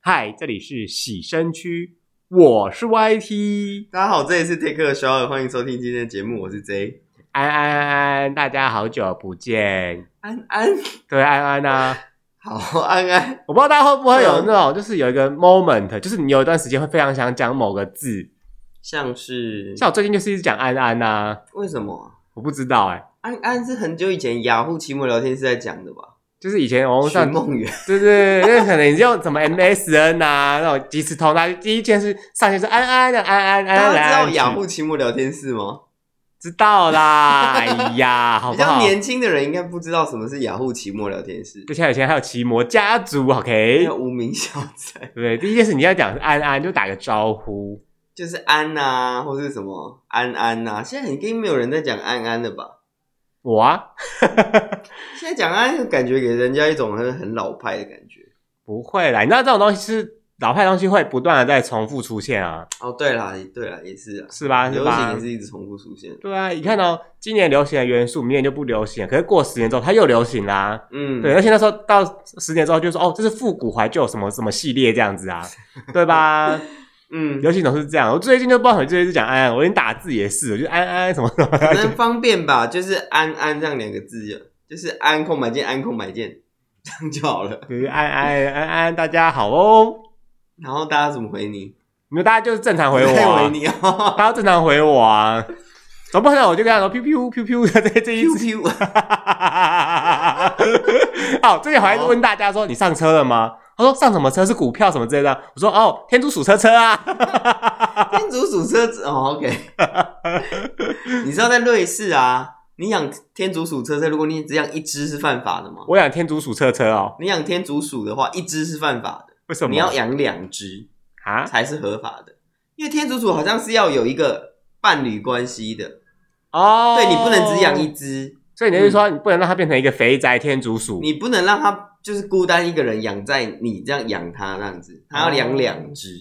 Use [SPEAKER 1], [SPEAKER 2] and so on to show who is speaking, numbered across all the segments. [SPEAKER 1] 嗨，这里是洗身区，我是 YT，
[SPEAKER 2] 大家好，这里是 Take a Shower，欢迎收听今天的节目，我是 J。
[SPEAKER 1] 安安安安，大家好久不见，
[SPEAKER 2] 安安，
[SPEAKER 1] 对安安啊，
[SPEAKER 2] 好安安，
[SPEAKER 1] 我不知道大家会不会有
[SPEAKER 2] 嗯
[SPEAKER 1] 那种，就是有一个 moment，就是你有一段时间会非常想讲某个字，
[SPEAKER 2] 嗯像是
[SPEAKER 1] 像我最近就是一直讲安安啊，
[SPEAKER 2] 为什么啊
[SPEAKER 1] 我不知道哎、
[SPEAKER 2] 安安是很久以前雅虎奇摩聊天室在讲的吧？
[SPEAKER 1] 就是以前网络
[SPEAKER 2] 徐
[SPEAKER 1] 上，
[SPEAKER 2] 梦圆，
[SPEAKER 1] 对对，因为可能你用什么 MSN 啊，那种即时通，大家第一件事上线说安安的安安安
[SPEAKER 2] 大
[SPEAKER 1] 安哎来
[SPEAKER 2] 家知
[SPEAKER 1] 安
[SPEAKER 2] 道
[SPEAKER 1] 去
[SPEAKER 2] 雅虎奇摩聊天室吗？
[SPEAKER 1] 知道啦，哎呀，好
[SPEAKER 2] 比
[SPEAKER 1] 不好
[SPEAKER 2] 较？年轻的人应该不知道什么是雅虎奇摩聊天室，
[SPEAKER 1] 就像以前还有奇摩家族
[SPEAKER 2] 还
[SPEAKER 1] ，OK，
[SPEAKER 2] 有无名小站，
[SPEAKER 1] 对不对？第一件事你要讲是安安，就打个招呼。
[SPEAKER 2] 就是安呐、啊，或是什么安安呐、啊。现在已经没有人在讲安安了吧？
[SPEAKER 1] 我啊，
[SPEAKER 2] 现在讲安安，感觉给人家一种很很老派的感觉。
[SPEAKER 1] 不会啦，你知道这种东西是老派的东西会不断的在重复出现啊，
[SPEAKER 2] 哦，对啦，对啦，也是啊，
[SPEAKER 1] 是吧？是
[SPEAKER 2] 流行
[SPEAKER 1] 吧
[SPEAKER 2] 也？是一直重复出现。
[SPEAKER 1] 对啊，你看哦，今年流行的元素，明年就不流行了，可是过十年之后它又流行啦、
[SPEAKER 2] 嗯，
[SPEAKER 1] 对，而且那时候到十年之后就说哦，这是复古怀旧什么什么系列这样子 啊，对吧？
[SPEAKER 2] 嗯，
[SPEAKER 1] 流行总是这样。我最近就不知道，最近就讲安安，我连打字也是，我就安安什么什么。
[SPEAKER 2] 可能方便吧，就是安安这样两个字就，就是安空白键，安空白键，这样就好了。
[SPEAKER 1] 就是安安安安，大家好哦。
[SPEAKER 2] 然后大家怎么回你？
[SPEAKER 1] 你们大家就是正常回我、
[SPEAKER 2] 再
[SPEAKER 1] 啊
[SPEAKER 2] 回，你 哦。
[SPEAKER 1] 大家正常回我啊。总不可能我就跟他说 “pew pew pew pew” 的这这一
[SPEAKER 2] Q
[SPEAKER 1] 次。
[SPEAKER 2] Q，
[SPEAKER 1] 哦，最近 好像问大家说：“你上车了吗？”他说：“上什么车？是股票什么之类的。”我说：“哦，天竺鼠车车啊。
[SPEAKER 2] 天竺鼠车子哦，OK。你知道在瑞士啊，你养天竺鼠车车，如果你只养一只是犯法的吗”？
[SPEAKER 1] 我养天竺鼠车车哦，
[SPEAKER 2] 你养天竺鼠的话，一只是犯法的，
[SPEAKER 1] 为什么？
[SPEAKER 2] 你要养两只
[SPEAKER 1] 啊？
[SPEAKER 2] 才是合法的，因为天竺鼠好像是要有一个伴侣关系的，
[SPEAKER 1] 哦，
[SPEAKER 2] 对你不能只养一，只。
[SPEAKER 1] 所以你就是说你不能让它变成一个肥宅天竺鼠。
[SPEAKER 2] 你不能让它就是孤单一个人养在你这样养它那样子，它要养两只。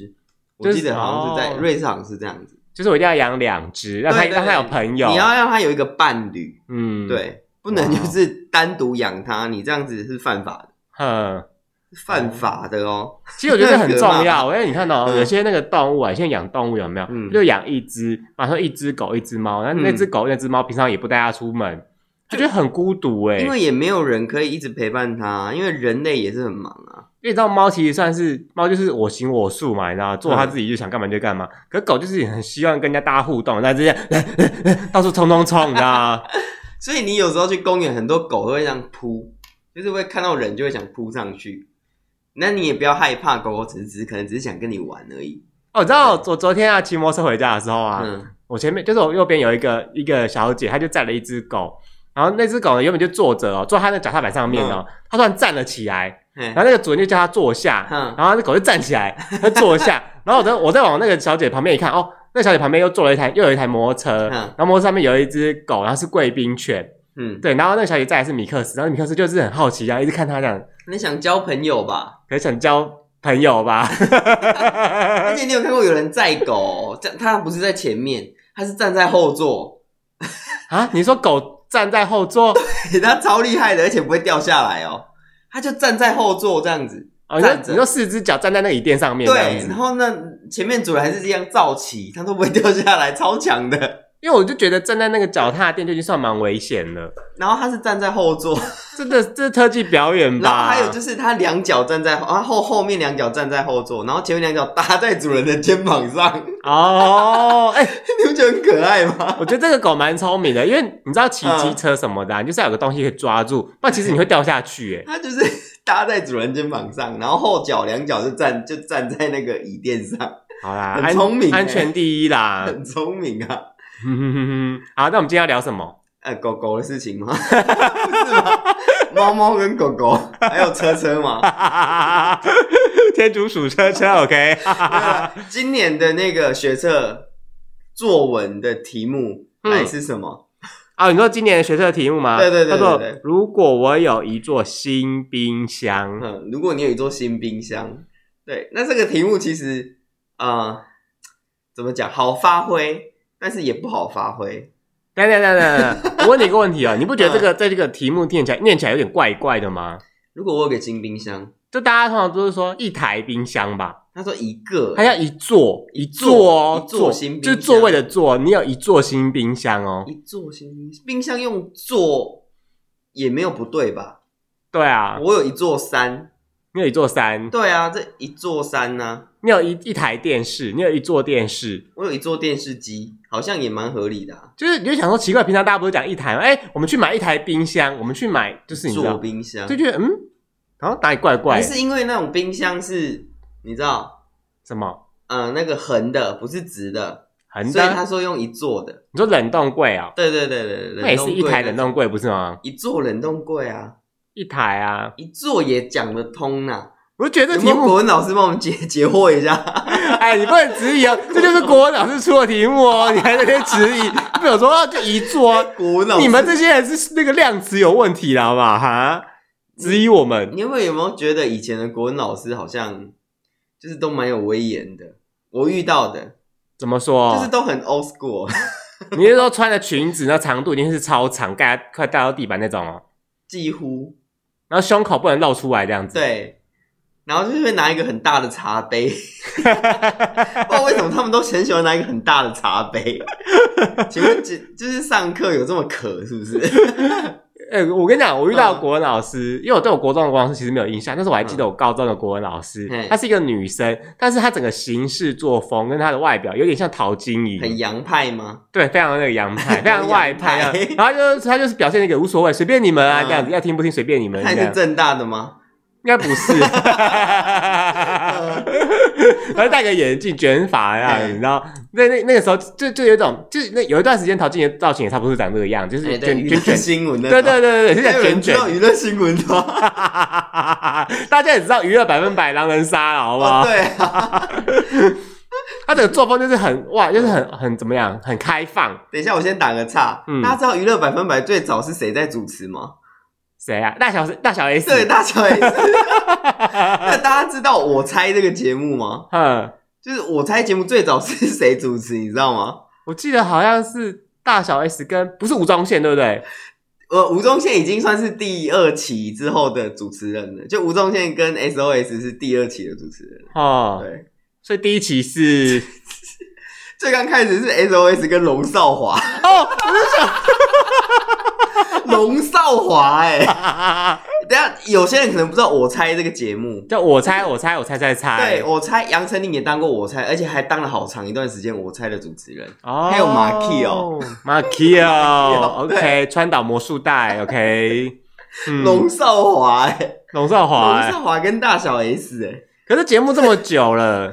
[SPEAKER 1] 就
[SPEAKER 2] 我
[SPEAKER 1] 是
[SPEAKER 2] 记得好像是在
[SPEAKER 1] 哦
[SPEAKER 2] 瑞士，好像是这样子。
[SPEAKER 1] 就是我一定要养两只，让它
[SPEAKER 2] 对对对
[SPEAKER 1] 让它有朋友。
[SPEAKER 2] 你要让它有一个伴侣，
[SPEAKER 1] 嗯，，
[SPEAKER 2] 对，不能
[SPEAKER 1] 哇
[SPEAKER 2] 就是单独养它，你这样子是犯法的，
[SPEAKER 1] 哼。
[SPEAKER 2] 是犯法的哦。
[SPEAKER 1] 其实我觉得这很重
[SPEAKER 2] 很可
[SPEAKER 1] 要，因为你看到、
[SPEAKER 2] 嗯
[SPEAKER 1] 有些那个动物啊，现在养动物有没有？
[SPEAKER 2] 嗯
[SPEAKER 1] 就养一只，马上一只狗，一只猫，那
[SPEAKER 2] 嗯
[SPEAKER 1] 那只狗、那只猫平常也不带它出门，它觉得很孤独哎、
[SPEAKER 2] 因为也没有人可以一直陪伴它，啊因为人类也是很忙啊。
[SPEAKER 1] 因为你知道猫其实算是猫，就是我行我素嘛，你知道，
[SPEAKER 2] 嗯
[SPEAKER 1] 做它自己就想干嘛就干嘛。可狗就是很希望跟人家大家互动，那这样 到处冲冲冲，你知 道吗？
[SPEAKER 2] 所以你有时候去公园，很多狗会这样扑，就是会看到人就会想扑上去。那你也不要害怕，狗狗只是只是可能只是想跟你玩而已。
[SPEAKER 1] 哦，你知道我昨天啊骑摩托车回家的时候啊，
[SPEAKER 2] 嗯，
[SPEAKER 1] 我前面就是我右边有一个一个小姐，她就站了一只狗，然后那只狗呢原本就坐着哦，坐她的脚踏板上面哦，
[SPEAKER 2] 嗯
[SPEAKER 1] 它突然站了起来，
[SPEAKER 2] 嘿
[SPEAKER 1] 然后那个主人就叫它坐下，
[SPEAKER 2] 嗯
[SPEAKER 1] 然后那狗就站起来，它坐下，然后我再我再往那个小姐旁边一看，哦，那小姐旁边又坐了一台又有一台摩托车，
[SPEAKER 2] 嗯
[SPEAKER 1] 然后摩托车上面有一只狗，然后是贵宾犬，
[SPEAKER 2] 嗯，
[SPEAKER 1] 对，然后那个小姐载的是米克斯，然后米克斯就是很好奇，然后啊一直看它这样，
[SPEAKER 2] 你想交朋友 吧？
[SPEAKER 1] 可能想交朋友吧，
[SPEAKER 2] 而且你有看过有人载狗，站他不是在前面，他是站在后座，
[SPEAKER 1] 啊，你说狗站在后座，
[SPEAKER 2] 他超厉害的，而且不会掉下来哦。他就站在后座这样子，
[SPEAKER 1] 哦，你说
[SPEAKER 2] 站着
[SPEAKER 1] 你说四只脚站在那椅垫上面这样
[SPEAKER 2] 对，
[SPEAKER 1] 子
[SPEAKER 2] 然。后呢，前面主人还是这样造起，他都不会掉下来， 超强的。
[SPEAKER 1] 因为我就觉得站在那个脚踏垫就已经算蛮危险了，
[SPEAKER 2] 然后他是站在后座，
[SPEAKER 1] 真的这是特技表演
[SPEAKER 2] 然后
[SPEAKER 1] 吧？
[SPEAKER 2] 还有就是他两脚站在后，啊后后面两脚站在后座，然后前面两脚搭在主人的肩膀上，
[SPEAKER 1] 哦，哎、
[SPEAKER 2] 你不觉得很可爱吗？
[SPEAKER 1] 我觉得这个狗蛮聪明的，因为你知道骑
[SPEAKER 2] 嗯
[SPEAKER 1] 机车什么的、啊，你就是要有个东西可以抓住，不然其实你会掉下去、哎，
[SPEAKER 2] 它就是 搭在主人肩膀上，然后后脚两脚就站就站在那个椅垫上，
[SPEAKER 1] 好啦，
[SPEAKER 2] 很
[SPEAKER 1] 安
[SPEAKER 2] 聪明、欸
[SPEAKER 1] 安全第一啦。
[SPEAKER 2] 很聪明啊。
[SPEAKER 1] 哼哼哼哼好，那我们今天要聊什么？
[SPEAKER 2] 呃，狗狗的事情吗？ 不是吗？猫猫跟狗狗，还有车车嘛。
[SPEAKER 1] 天竺鼠车车，OK？
[SPEAKER 2] 对啊今年的那个学测作文的题目
[SPEAKER 1] 嗯
[SPEAKER 2] 来是什么？
[SPEAKER 1] 啊，你说今年的学测题目吗？
[SPEAKER 2] 对对对
[SPEAKER 1] 叫做
[SPEAKER 2] 对对
[SPEAKER 1] 如果我有一座新冰箱，
[SPEAKER 2] 嗯，如果你有一座新冰箱，对，那这个题目其实呃，怎么讲？好发挥，但是也不好发挥。
[SPEAKER 1] 等等等等等，我问你一个
[SPEAKER 2] 嗯
[SPEAKER 1] 问题哦，你不觉得这个在这个题目念起来念起来有点怪怪的吗？
[SPEAKER 2] 如果我有个新冰箱，
[SPEAKER 1] 就大家通常都是说一台冰箱吧，
[SPEAKER 2] 他说一个，
[SPEAKER 1] 它要一座
[SPEAKER 2] 一座
[SPEAKER 1] 座哦，
[SPEAKER 2] 一座新冰箱
[SPEAKER 1] 就是座位的座，你有一座新冰箱哦。
[SPEAKER 2] 一座新冰箱冰箱用座也没有不对吧？
[SPEAKER 1] 对啊，
[SPEAKER 2] 我有一座山，
[SPEAKER 1] 你有一座山，
[SPEAKER 2] 对啊，这一座山呢、
[SPEAKER 1] 你有一一台电视，你有一座电视，
[SPEAKER 2] 我有一座电视机，好像也蛮合理的、啊。
[SPEAKER 1] 就是你就想说奇怪，平常大家不是讲一台吗？哎，我们去买一台冰箱，我们去买就是你知
[SPEAKER 2] 座
[SPEAKER 1] 道，
[SPEAKER 2] 冰箱
[SPEAKER 1] 就觉得嗯，好像哪里怪怪
[SPEAKER 2] 还
[SPEAKER 1] 的，
[SPEAKER 2] 是因为那种冰箱是，你知道，
[SPEAKER 1] 什么
[SPEAKER 2] 嗯、那个横的不是直的，
[SPEAKER 1] 横
[SPEAKER 2] 所以他
[SPEAKER 1] 的？啊
[SPEAKER 2] 说用一座的。
[SPEAKER 1] 你说冷冻柜啊？
[SPEAKER 2] 对对对对对，
[SPEAKER 1] 那也是一台冷
[SPEAKER 2] 冷
[SPEAKER 1] 冻柜不是吗？
[SPEAKER 2] 一座冷冻柜啊，
[SPEAKER 1] 一台啊，
[SPEAKER 2] 一座也讲得通呐、
[SPEAKER 1] 我觉得
[SPEAKER 2] 啊。
[SPEAKER 1] 这
[SPEAKER 2] 有
[SPEAKER 1] 题
[SPEAKER 2] 没有
[SPEAKER 1] 目
[SPEAKER 2] 国文老师帮我们解解惑一下？
[SPEAKER 1] 哎，你不能质疑哦，这就是国文老师出的题目哦，你还在那边质疑？不有说啊，就一座啊，
[SPEAKER 2] 国文老师，
[SPEAKER 1] 你们这些人是那个量词有问题啦，好不好？哈，质疑我们，
[SPEAKER 2] 你有没有有没有觉得以前的国文老师好像就是都蛮有威严的？我遇到的
[SPEAKER 1] 怎么说？
[SPEAKER 2] 就是都很 old school，
[SPEAKER 1] 你是说穿的裙子那长度一定是超长，盖快盖到地板那种哦，
[SPEAKER 2] 几乎
[SPEAKER 1] 然后胸口不能露出来这样子。，
[SPEAKER 2] 对。然后就是会拿一个很大的茶杯，不知道为什么他们都很喜欢拿一个很大的茶杯。请问，这就是上课有这么渴是不是？
[SPEAKER 1] 哎、我跟你讲，我遇到
[SPEAKER 2] 嗯
[SPEAKER 1] 国文老师，因为我对我国中的国文老师其实没有印象，但是我还记得我高中的国文老师，
[SPEAKER 2] 嘿
[SPEAKER 1] 她是一个女生，但是她整个行事作风跟她的外表有点像陶晶莹，
[SPEAKER 2] 很洋派吗？
[SPEAKER 1] 对，非常那个洋 派，非常外派啊
[SPEAKER 2] 洋派。
[SPEAKER 1] 然后就是他就是表现那个无所谓，随便你们啊，
[SPEAKER 2] 嗯
[SPEAKER 1] 这样子要听不听随便你们
[SPEAKER 2] 他
[SPEAKER 1] 这
[SPEAKER 2] 也
[SPEAKER 1] 样
[SPEAKER 2] 是。正大的吗？
[SPEAKER 1] 应该不 是， 然后戴个眼镜卷发呀，
[SPEAKER 2] 嘿
[SPEAKER 1] 你知道？那那那个时候就就有一种，就是那有一段时间陶晶莹的造型也差不多是长这个样，就是
[SPEAKER 2] 哎，
[SPEAKER 1] 卷
[SPEAKER 2] 对，
[SPEAKER 1] 卷
[SPEAKER 2] 娱乐
[SPEAKER 1] 卷，
[SPEAKER 2] 新闻的，哦
[SPEAKER 1] 对对，对对，是
[SPEAKER 2] 没
[SPEAKER 1] 在
[SPEAKER 2] 有人
[SPEAKER 1] 卷
[SPEAKER 2] 知
[SPEAKER 1] 卷。
[SPEAKER 2] 道娱乐新闻的哦吗？
[SPEAKER 1] 大家也知道娱乐百分百狼人杀了，好不好？
[SPEAKER 2] 对啊，
[SPEAKER 1] 他整个作风就是很哇，就是很
[SPEAKER 2] 嗯
[SPEAKER 1] 很怎么样，很开放。
[SPEAKER 2] 等一下我先打个岔，
[SPEAKER 1] 嗯
[SPEAKER 2] 大家知道娱乐百分百最早是谁在主持吗？
[SPEAKER 1] 谁啊？大小大小 S，
[SPEAKER 2] 对，大 小 S。那大家知道我猜这个节目吗？
[SPEAKER 1] 嗯，
[SPEAKER 2] 就是我猜节目最早是谁主持，你知道吗？
[SPEAKER 1] 我记得好像是大小 S 跟不是吴宗宪，对不对？
[SPEAKER 2] 呃，吴宗宪已经算是第二期之后的主持人了，就吴宗宪跟 SOS 是第二期的主持人。
[SPEAKER 1] 哦，
[SPEAKER 2] 对，
[SPEAKER 1] 所以第一期是
[SPEAKER 2] 最刚开始是 SOS 跟龙少华，
[SPEAKER 1] 哦，
[SPEAKER 2] 龙少华哎、
[SPEAKER 1] 啊啊啊
[SPEAKER 2] 等一下有些人可能不知道我猜这个节目，
[SPEAKER 1] 叫我猜，我猜，我猜猜猜
[SPEAKER 2] 对，我猜杨丞琳也当过我猜，而且还当了好长一段时间我猜的主持人。
[SPEAKER 1] 哦，
[SPEAKER 2] 还有马屁哦，
[SPEAKER 1] 马 k 哦
[SPEAKER 2] 对
[SPEAKER 1] ，OK，川岛魔术带，OK，嗯
[SPEAKER 2] 龙少华哎、
[SPEAKER 1] 龙少华
[SPEAKER 2] 龙
[SPEAKER 1] 欸，
[SPEAKER 2] 少华跟大小 S 哎、
[SPEAKER 1] 可是节目这么久 了，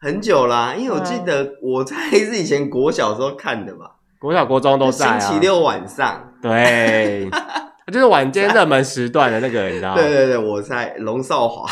[SPEAKER 2] 很久啦、因为我记
[SPEAKER 1] 对啊
[SPEAKER 2] 得我猜是以前国小时候看的吧，
[SPEAKER 1] 国小国中都在啊，
[SPEAKER 2] 星期六晚上。
[SPEAKER 1] 对。 就是晚间热门时段的那个，你知道吗
[SPEAKER 2] 对？对对，我猜龙少华。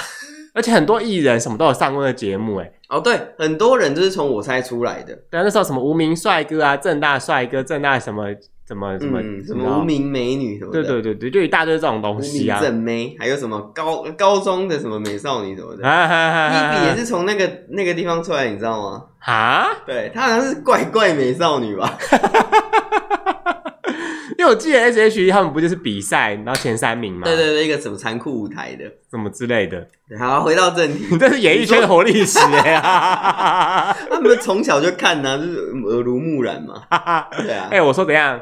[SPEAKER 1] 而且很多艺人什么都有上过那节目，哎，
[SPEAKER 2] 哦，对，很多人就是从我猜出来的，
[SPEAKER 1] 对啊，那时候什么无名帅哥啊，正大帅哥，正大什么什么什么、
[SPEAKER 2] 嗯，
[SPEAKER 1] 什
[SPEAKER 2] 什
[SPEAKER 1] 么
[SPEAKER 2] 么无，名美女什么的，
[SPEAKER 1] 对对对对，就一大堆这种
[SPEAKER 2] 无
[SPEAKER 1] 东西
[SPEAKER 2] 名
[SPEAKER 1] 啊。
[SPEAKER 2] 正妹，还有什么高高中的什么美少女什么的。
[SPEAKER 1] 啊哈哈
[SPEAKER 2] 伊比也
[SPEAKER 1] 哈！
[SPEAKER 2] 是从那个那个地方出来，你知道吗？
[SPEAKER 1] 啊，
[SPEAKER 2] 对，她好像是怪怪美少 女吧？
[SPEAKER 1] 因为我记得 S H E 他们不就是比赛，然后前三名嘛，
[SPEAKER 2] 对对对，一个什么残酷舞台的。
[SPEAKER 1] 什么之类的。
[SPEAKER 2] 对好，回到正题，
[SPEAKER 1] 你这是演艺圈的活历史 哎、哈
[SPEAKER 2] 他们从小就看呐、就是耳濡目染嘛。
[SPEAKER 1] 哈哈！
[SPEAKER 2] 对啊，
[SPEAKER 1] 哎、我说怎样？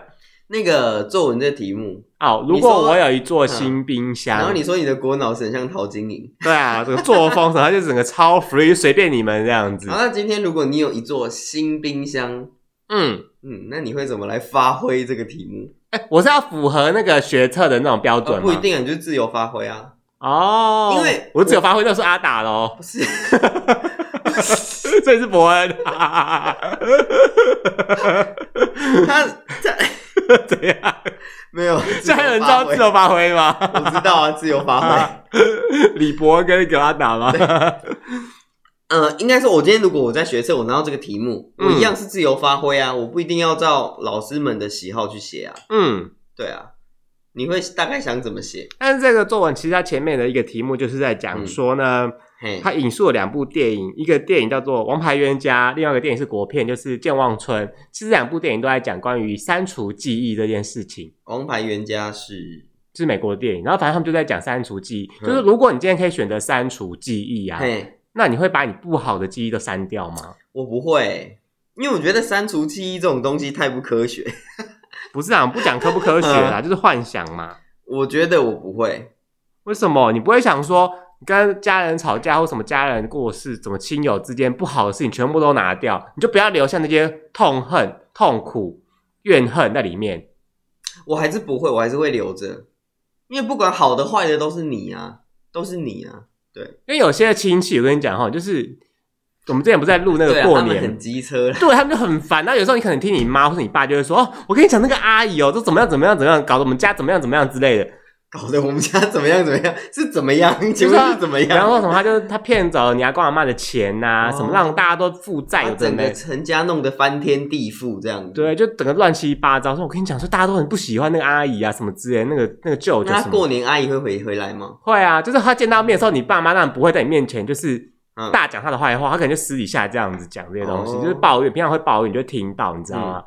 [SPEAKER 2] 那个作文这题目，
[SPEAKER 1] 哦，如
[SPEAKER 2] 你说
[SPEAKER 1] 果我有一座新冰箱，
[SPEAKER 2] 然后你说你的国文老师很像陶晶莹，
[SPEAKER 1] 对啊，这个作风什么，它就整个超 free，随便你们这样子
[SPEAKER 2] 好，。那今天如果你有一座新冰箱，
[SPEAKER 1] 嗯，
[SPEAKER 2] 嗯，那你会怎么来发挥这个题目？
[SPEAKER 1] 哎、我是要符合那个学测的那种标
[SPEAKER 2] 哦、
[SPEAKER 1] 准吗？
[SPEAKER 2] 不一定啊，你就自由发 挥啊，
[SPEAKER 1] 哦，
[SPEAKER 2] 因为
[SPEAKER 1] 我只有发挥到是阿达 喽，
[SPEAKER 2] 不是？
[SPEAKER 1] 所以是伯恩，
[SPEAKER 2] 他 在
[SPEAKER 1] 怎样？
[SPEAKER 2] 没有，
[SPEAKER 1] 现在有人知道自由发挥吗？
[SPEAKER 2] 我知道啊，自由发挥。
[SPEAKER 1] 李伯恩跟那个阿达吗？
[SPEAKER 2] 呃，应该说，我今天如果我在学测，我拿到这个题目，
[SPEAKER 1] 嗯
[SPEAKER 2] 我一样是自由发挥啊，我不一定要照老师们的喜好去写啊。
[SPEAKER 1] 嗯，
[SPEAKER 2] 对啊，你会大概想怎么写？
[SPEAKER 1] 但是这个作文其实它前面的一个题目就是在讲说呢，
[SPEAKER 2] 嘿，
[SPEAKER 1] 它引述了两部电影，一个电影叫做《王牌冤家》，另外一个电影是国片，就是《健忘村》。其实两部电影都在讲关于删除记忆这件事情。
[SPEAKER 2] 王牌冤家是
[SPEAKER 1] 就是美国的电影，然后反正他们就在讲删除记忆，就是如果你今天可以选择删除记忆啊，
[SPEAKER 2] 嘿，
[SPEAKER 1] 那你会把你不好的记忆都删掉吗？
[SPEAKER 2] 我不会，因为我觉得删除记忆这种东西太不科学。
[SPEAKER 1] 不是啊，不讲科不科学啦，就是幻想嘛。
[SPEAKER 2] 我觉得我不会，
[SPEAKER 1] 为什么你不会想说，你跟家人吵架或什么家人过世，怎么亲友之间不好的事情全部都拿掉，你就不要留下那些痛恨、痛苦、怨恨在里面。
[SPEAKER 2] 我还是不会，我还是会留着，因为不管好的坏的都是你啊，都是你啊。
[SPEAKER 1] 因为有些亲戚，我跟你讲哈，就是我们之前不是在录那
[SPEAKER 2] 对
[SPEAKER 1] 个
[SPEAKER 2] 啊，
[SPEAKER 1] 过
[SPEAKER 2] 他们
[SPEAKER 1] 年，
[SPEAKER 2] 很机车啦。
[SPEAKER 1] 对他们就很烦。那有时候你可能听你妈或是你爸就会说：“哦，我跟你讲那个阿姨哦，都怎么样怎么样怎么样，搞得我们家怎么样怎么样之类的。
[SPEAKER 2] 搞得我们家怎么样怎么样是怎么样？请
[SPEAKER 1] 是啊
[SPEAKER 2] 问是怎么”
[SPEAKER 1] 然
[SPEAKER 2] 样？
[SPEAKER 1] 后什么，他就他骗走了你阿公阿妈的钱呐、
[SPEAKER 2] 哦
[SPEAKER 1] 什么让大家都负债，
[SPEAKER 2] 把
[SPEAKER 1] 有的
[SPEAKER 2] 整
[SPEAKER 1] 没
[SPEAKER 2] 个陈家弄得翻天地覆这样子。，
[SPEAKER 1] 对，就整个乱七八糟。说我跟你讲，说大家都很不喜欢那个阿姨啊，什么之类，那个那个舅舅
[SPEAKER 2] 那
[SPEAKER 1] 什
[SPEAKER 2] 他
[SPEAKER 1] 么
[SPEAKER 2] 过。年阿姨会回回来吗？
[SPEAKER 1] 会啊，就是他见到面的时候，你爸妈当然不会在你面前就是
[SPEAKER 2] 嗯
[SPEAKER 1] 大讲他的坏话，他可能就私底下这样子讲这些东西，
[SPEAKER 2] 哦嗯
[SPEAKER 1] 就是抱怨，平常会抱怨，你就听到，你知道吗？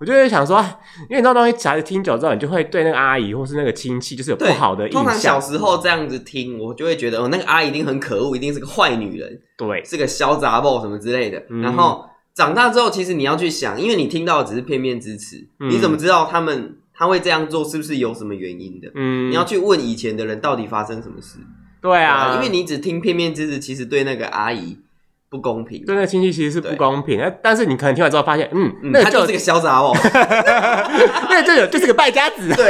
[SPEAKER 1] 我就会想说，哎因为你知道东西，小孩子听久之后，你就会对那个阿姨或是那个亲戚，就是有不
[SPEAKER 2] 对
[SPEAKER 1] 好的印象。
[SPEAKER 2] 通常小时候这样子听，我就会觉得哦，那个阿姨一定很可恶，一定是个坏女人，
[SPEAKER 1] 对
[SPEAKER 2] 是个小杂包什么之类的。
[SPEAKER 1] 嗯
[SPEAKER 2] 然后长大之后，其实你要去想，因为你听到的只是片面之词，
[SPEAKER 1] 嗯
[SPEAKER 2] 你怎么知道他们他会这样做是不是有什么原因的？
[SPEAKER 1] 嗯，
[SPEAKER 2] 你要去问以前的人到底发生什么事
[SPEAKER 1] 对啊，
[SPEAKER 2] 因为你只听片面之词，其实对那个阿姨不公平。
[SPEAKER 1] 对那个亲戚其实是不
[SPEAKER 2] 对
[SPEAKER 1] 公平，那但是你可能听完之后发现，嗯，
[SPEAKER 2] 嗯，
[SPEAKER 1] 那个
[SPEAKER 2] 他
[SPEAKER 1] 舅
[SPEAKER 2] 就是个小杂 包，
[SPEAKER 1] 那个舅舅就是个败家子，
[SPEAKER 2] 对，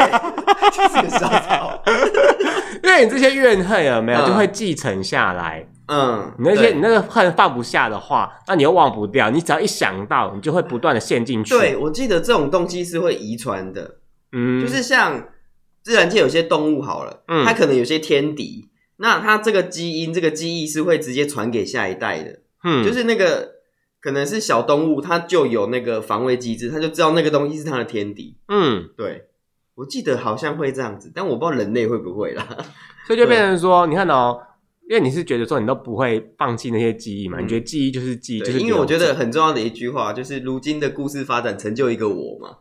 [SPEAKER 2] 就是个小杂包。
[SPEAKER 1] 因为你这些怨恨有没有
[SPEAKER 2] 嗯
[SPEAKER 1] 就会继承下来。
[SPEAKER 2] 嗯，
[SPEAKER 1] 你那些
[SPEAKER 2] 对
[SPEAKER 1] 你那个恨放不下的话，那你又忘不掉，你只要一想到，你就会不断的陷进去。
[SPEAKER 2] 对，我记得这种东西是会遗传的，
[SPEAKER 1] 嗯，
[SPEAKER 2] 就是像自然界有些动物好了，
[SPEAKER 1] 嗯
[SPEAKER 2] 它可能有些天敌，那它这个基因、这个记忆是会直接传给下一代的，
[SPEAKER 1] 嗯，
[SPEAKER 2] 就是那个可能是小动物，它就有那个防卫机制，它就知道那个东西是它的天敌。
[SPEAKER 1] 嗯，
[SPEAKER 2] 对，我记得好像会这样子，但我不知道人类会不会啦。
[SPEAKER 1] 所以就变成说，你看哦，因为你是觉得说你都不会放弃那些记忆嘛，
[SPEAKER 2] 嗯
[SPEAKER 1] 你觉得记忆就是记忆，就
[SPEAKER 2] 对，
[SPEAKER 1] 是
[SPEAKER 2] 因为我觉得
[SPEAKER 1] 留
[SPEAKER 2] 很重要的一句话就是，如今的故事发展成就一个我嘛。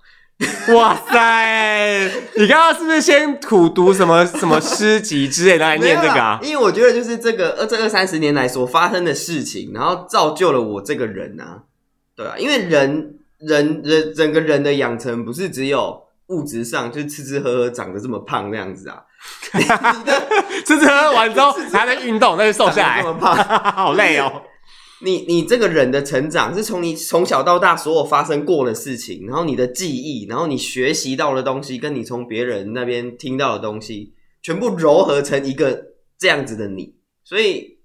[SPEAKER 1] 着，哇塞，你刚刚是不是先苦读什么 什么诗集之类的来
[SPEAKER 2] 没
[SPEAKER 1] 念
[SPEAKER 2] 有
[SPEAKER 1] 这个
[SPEAKER 2] 啦
[SPEAKER 1] 啊？
[SPEAKER 2] 因为我觉得就是这个二呃这二三十年来所发生的事情，然后造就了我这个人啊，对啊，因为人人人整个人的养成不是只有物质上，就是吃吃喝喝长得这么胖那样子啊，
[SPEAKER 1] 吃吃喝完之 后还在运动，那就瘦下来
[SPEAKER 2] 长得这，么胖，
[SPEAKER 1] 好累哦。
[SPEAKER 2] 你你这个人的成长是从你从小到大所有发生过的事情，然后你的记忆，然后你学习到的东西，跟你从别人那边听到的东西，全部糅合成一个这样子的你。所以，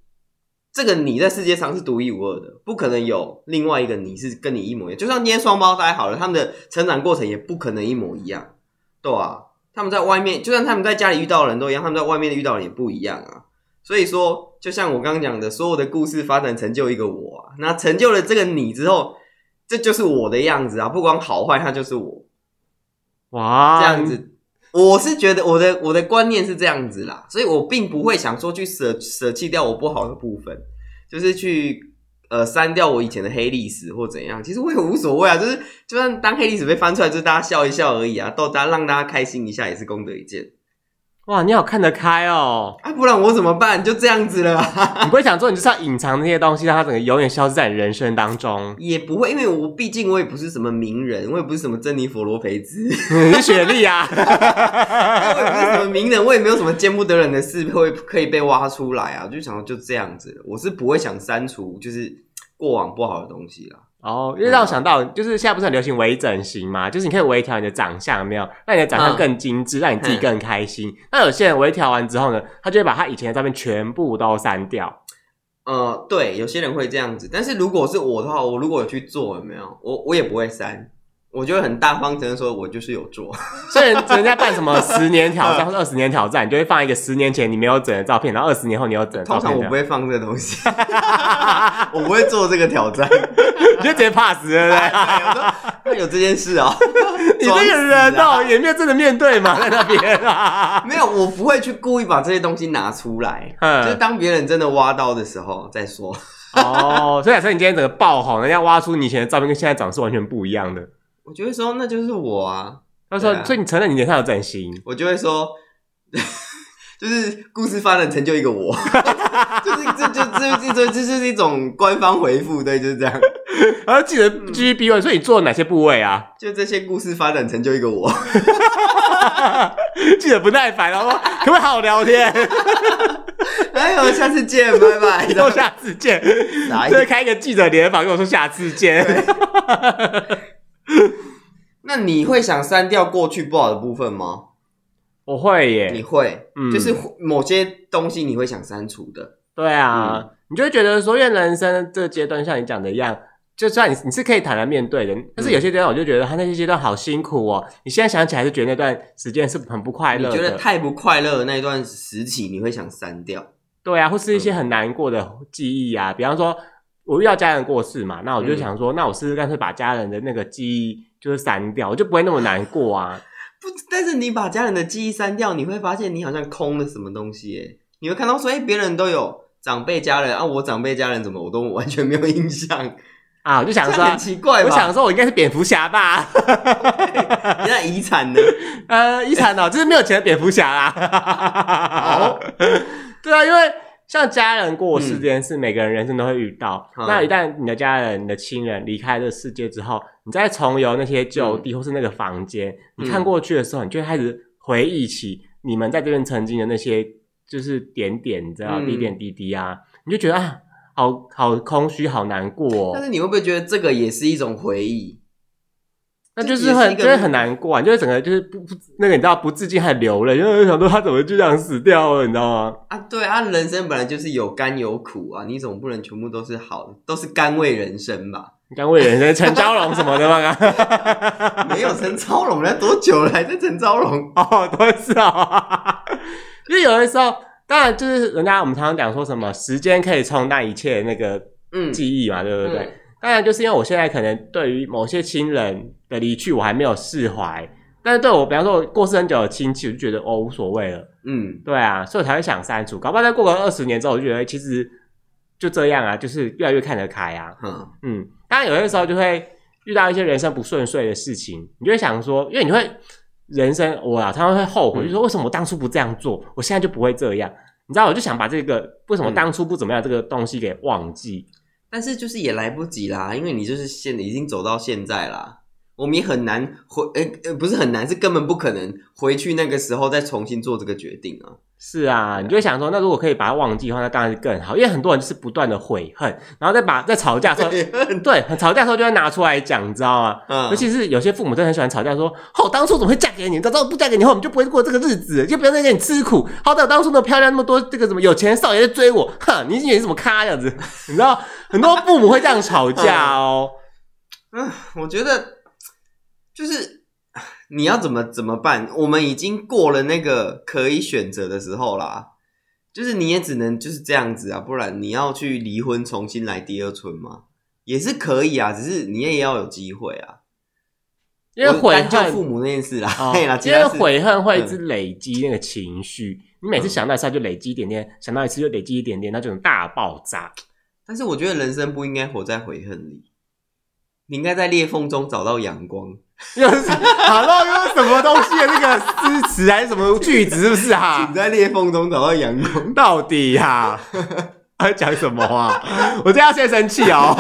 [SPEAKER 2] 这个你在世界上是独一无二的，不可能有另外一个你是跟你一模一样。就像捏双胞胎好了，他们的成长过程也不可能一模一样，对啊，他们在外面，就算他们在家里遇到的人都一样，他们在外面遇到的人也不一样啊。所以说，就像我刚刚讲的，所有的故事发展成就一个我啊，那成就了这个你之后，这就是我的样子啊，不管好坏，它就是我
[SPEAKER 1] 哇，
[SPEAKER 2] 这样子。我是觉得我的我的观念是这样子啦，所以我并不会想说去舍舍弃掉我不好的部分，就是去呃删掉我以前的黑历史或怎样。其实我也无所谓啊，就是就算当黑历史被翻出来，就是大家笑一笑而已啊，逗大家让大家开心一下也是功德一件。
[SPEAKER 1] 哇，你好看得开哦。
[SPEAKER 2] 啊，不然我怎么办？就这样子了、啊。。
[SPEAKER 1] 你不会想说你就是要隐藏那些东西，让它整个永远消失在你人生当中
[SPEAKER 2] 也不会，因为我毕竟我也不是什么名人，我也不是什么珍妮佛罗 培兹，
[SPEAKER 1] 你是雪莉啊，
[SPEAKER 2] 我也不是什么名人，我也没有什么见不得人的事会可以被挖出来啊。我就想说就这样子，我是不会想删除就是过往不好的东西啦。
[SPEAKER 1] 哦，因为让我想到，就是现在不是很流行微整形嘛，就是你可以微调你的长相，有没有让你的长相更精致，让你自己更开心。那有些人微调完之后呢，他就会把他以前的照片全部都删掉。
[SPEAKER 2] 呃，对，有些人会这样子，但是如果是我的话，我如果有去做，有没有？我我也不会删，我就会很大方承认说，我就是有做。
[SPEAKER 1] 所以人家办什么十年挑 战或者二十年挑战，你就会放一个十年前你没有整的照片，然后二十年后你有整的照片
[SPEAKER 2] 通常
[SPEAKER 1] 这
[SPEAKER 2] 我
[SPEAKER 1] 样，
[SPEAKER 2] 不会放这个东西， 我不会做这个 挑战。
[SPEAKER 1] 你就直接 pass 对不对？
[SPEAKER 2] 我说那有这件事啊，
[SPEAKER 1] 你这个人
[SPEAKER 2] 装死啊
[SPEAKER 1] 哦，也没有真的面对嘛，在那边 啊，
[SPEAKER 2] 没有，我不会去故意把这些东西拿出来，
[SPEAKER 1] 嗯
[SPEAKER 2] 就是当别人真的挖到的时候再说。
[SPEAKER 1] 哦，所以假设你今天整个爆红，人家挖出你以前的照片跟现在长得是完全不一样的。
[SPEAKER 2] 我就会说那就是我啊，
[SPEAKER 1] 他说，
[SPEAKER 2] 对啊
[SPEAKER 1] 所以你承认你脸上有整形，
[SPEAKER 2] 我就会说 就是故事发展成就一个我， 就是这就这这这这是一种官方回复，对，就是这样。
[SPEAKER 1] 然啊后记得继续逼问，所以你做了哪些部位啊？
[SPEAKER 2] 就这些故事发展成就一个我，
[SPEAKER 1] 记得不耐烦，然后说可不可以好好聊天？
[SPEAKER 2] 哎呦，下次见，拜拜。
[SPEAKER 1] 以后下次见。
[SPEAKER 2] 哪一
[SPEAKER 1] 再开一个记者联访，跟我说下次见。
[SPEAKER 2] 那你会想删掉过去不好的部分吗？
[SPEAKER 1] 我会
[SPEAKER 2] 你
[SPEAKER 1] 耶，
[SPEAKER 2] 会，
[SPEAKER 1] 嗯
[SPEAKER 2] 就是某些东西你会想删除的。
[SPEAKER 1] 对啊，你就会觉得说，因为人生这阶段像你讲的一样。就算你你是可以坦然面对的，但是有些阶段我就觉得啊他那些阶段好辛苦哦。你现在想起来还是觉得那段时间是很不快
[SPEAKER 2] 你
[SPEAKER 1] 乐的。
[SPEAKER 2] 觉得太不快乐的那段时期，你会想删掉？
[SPEAKER 1] 对啊，或是一
[SPEAKER 2] 嗯
[SPEAKER 1] 些很难过的记忆啊，比方说我遇到家人过世嘛，那
[SPEAKER 2] 嗯
[SPEAKER 1] 我就想说，那我试试干脆把家人的那个记忆就是删掉，我就不会那么难过啊。
[SPEAKER 2] 不，但是你把家人的记忆删掉，你会发现你好像空了什么东西耶。你会看到说，哎、别人都有长辈家人啊，我长辈家人怎么我都完全没有印象，
[SPEAKER 1] 啊，我就 想
[SPEAKER 2] 这
[SPEAKER 1] 说
[SPEAKER 2] 样
[SPEAKER 1] 啊，
[SPEAKER 2] 很奇怪
[SPEAKER 1] 我
[SPEAKER 2] 吧？
[SPEAKER 1] 想说我应该是蝙蝠侠吧？
[SPEAKER 2] 那遗 产呢？
[SPEAKER 1] 呃，遗产哦，就是没有钱的蝙蝠侠啊。对啊，因为像家人过世这件事，每个人人生都会遇到。
[SPEAKER 2] 嗯
[SPEAKER 1] 那一旦你的家人、你的亲人离开这个世界之后，你再重游那些旧地或是那个房间，
[SPEAKER 2] 嗯
[SPEAKER 1] 你看过去的时候，你就会开始回忆起你们在这边曾经的那些，就是点点，你知道，
[SPEAKER 2] 嗯
[SPEAKER 1] 点点滴滴啊，你就觉得啊，好好空虚，好难过、
[SPEAKER 2] 但
[SPEAKER 1] 哦。
[SPEAKER 2] 是你会不会觉得这个也是一种回忆？
[SPEAKER 1] 那就
[SPEAKER 2] 这
[SPEAKER 1] 是
[SPEAKER 2] 也是
[SPEAKER 1] 很，
[SPEAKER 2] 一个
[SPEAKER 1] 就会很难过、啊，你就会整个就是不不那个你知道不自禁还流泪，因为想说他怎么就这样死掉了，你知道吗？
[SPEAKER 2] 啊，对啊，人生本来就是有甘有苦啊，你总不能全部都是好的，都是甘味人生吧？
[SPEAKER 1] 你刚为人生陈昭荣什么的 吗？
[SPEAKER 2] 没有陈昭荣，人家多久了还在陈昭荣？
[SPEAKER 1] 哦，都是 哦，因为有的时候，当然就是人家我们常常讲说什么时间可以冲淡一切那个
[SPEAKER 2] 嗯，
[SPEAKER 1] 记忆嘛，对不对？
[SPEAKER 2] 嗯
[SPEAKER 1] 当然，就是因为我现在可能对于某些亲人的离去，我还没有释怀。但是对我，比方说我过世很久的亲戚，我就觉得哦无所谓了，
[SPEAKER 2] 嗯，
[SPEAKER 1] 对啊，所以我才会想删除。搞不好再过个二十年之后，我就觉得哎其实就这样啊，就是越来越看得开啊。
[SPEAKER 2] 哼，
[SPEAKER 1] 嗯，当然有些时候就会遇到一些人生不顺遂的事情，你就会想说，因为你会人生我啊，常常会后悔，
[SPEAKER 2] 嗯
[SPEAKER 1] 就说为什么我当初不这样做，我现在就不会这样。你知道，我就想把这个为什么
[SPEAKER 2] 嗯
[SPEAKER 1] 当初不怎么样这个东西给忘记。
[SPEAKER 2] 但是就是也来不及啦，因为你就是现已经走到现在啦，我们也很难回，呃、呃不是很难，是根本不可能回去那个时候再重新做这个决定啊。
[SPEAKER 1] 是啊，你就会想说，那如果可以把它忘记的话，那当然是更好。因为很多人就是不断的悔恨，然后再把在吵架的时候， 对，很吵架的时候就会拿出来讲，你知道吗？
[SPEAKER 2] 嗯
[SPEAKER 1] 尤其是有些父母真的很喜欢吵架，说：“哦，当初怎么会嫁给你？早知道不嫁给你，后我们就不会过这个日子，就不要再给你吃苦。好歹我当初那么漂亮，那么多这个什么有钱少爷在追我， 哈，你以为你什么咖这样子？你知道，很多父母会这样吵架 哦。
[SPEAKER 2] 我觉得就是你要怎么怎么办？我们已经过了那个可以选择的时候啦，就是你也只能就是这样子啊，不然你要去离婚重新来第二春嘛，也是可以啊，只是你也要有机会啊。
[SPEAKER 1] 因为
[SPEAKER 2] 我
[SPEAKER 1] 悔
[SPEAKER 2] 单就父
[SPEAKER 1] 恨，
[SPEAKER 2] 母那件事啦，
[SPEAKER 1] 哦
[SPEAKER 2] 对啦，其
[SPEAKER 1] 因
[SPEAKER 2] 他
[SPEAKER 1] 为
[SPEAKER 2] 事
[SPEAKER 1] 悔恨会一直累积那个情绪，你每次想到一下就累积一点点，想到一次就累积一点点，那就种大爆炸。
[SPEAKER 2] 但是我觉得人生不应该活在悔恨里，你应该在裂缝中找到阳光。
[SPEAKER 1] 又是 Hello，又是什么东西的那个诗词还是什么句子，是不是哈、
[SPEAKER 2] 请在裂缝中找到阳光。
[SPEAKER 1] 到底呀、他在讲什么啊？我这要先生气哦。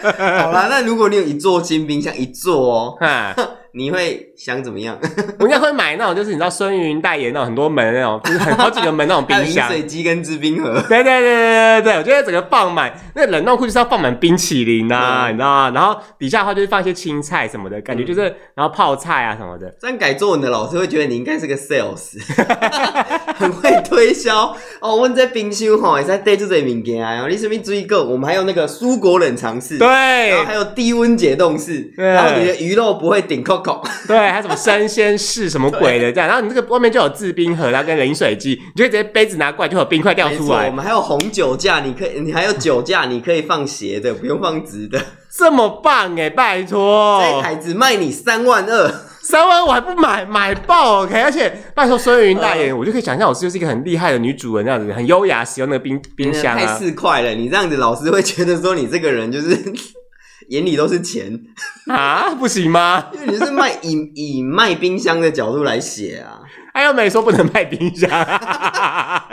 [SPEAKER 2] 好啦，那如果你有一座新冰箱，一座哦，
[SPEAKER 1] 哈
[SPEAKER 2] 你会想怎么样？
[SPEAKER 1] 我应该会买那种，就是你知道孙云代言那种很多门的那种，就是很好几个门那种
[SPEAKER 2] 还有
[SPEAKER 1] 冰
[SPEAKER 2] 饮
[SPEAKER 1] 箱。
[SPEAKER 2] 水机跟制冰盒。
[SPEAKER 1] 对对对对对对，我觉得整个放满那冷冻库就是要放满冰淇淋啊，
[SPEAKER 2] 嗯
[SPEAKER 1] 你知道吗？然后底下的话就是放一些青菜什么的，感觉
[SPEAKER 2] 嗯
[SPEAKER 1] 就是、然后泡菜啊什么的。
[SPEAKER 2] 这样改作文的老师会觉得你应该是个 sales，很会推销哦。问这冰箱吼，也在带这些物件啊。你顺便注意个，我们还有那个蔬果冷藏室，
[SPEAKER 1] 对
[SPEAKER 2] 然后还有低温解冻室，
[SPEAKER 1] 对
[SPEAKER 2] 然后你的鱼肉不会顶 Coco。
[SPEAKER 1] 对，还有什么生鲜室什么 鬼的这样，然后你这个外面就有制冰盒啦跟饮水机，你就直接杯子拿过来就有冰块掉
[SPEAKER 2] 没
[SPEAKER 1] 出
[SPEAKER 2] 错，我
[SPEAKER 1] 来，
[SPEAKER 2] 们还有红酒架，你可以，你还有酒架，你可以放斜的，不用放直的。
[SPEAKER 1] 这么棒哎、拜托！
[SPEAKER 2] 这一台只卖你三万二，
[SPEAKER 1] 三万我还不买，买爆 OK！而且拜托孙云
[SPEAKER 2] 嗯
[SPEAKER 1] 代言，我就可以想象我是就是一个很厉害的女主人那样子，很优雅使用那个冰冰箱
[SPEAKER 2] 嗯太
[SPEAKER 1] 啊
[SPEAKER 2] 四块了。你这样子，老师会觉得说你这个人就是 眼里都是钱。
[SPEAKER 1] 啊，不行吗？
[SPEAKER 2] 因为你是卖以以卖冰箱的角度来写啊，
[SPEAKER 1] 哎、哎又没说不能卖冰箱，啊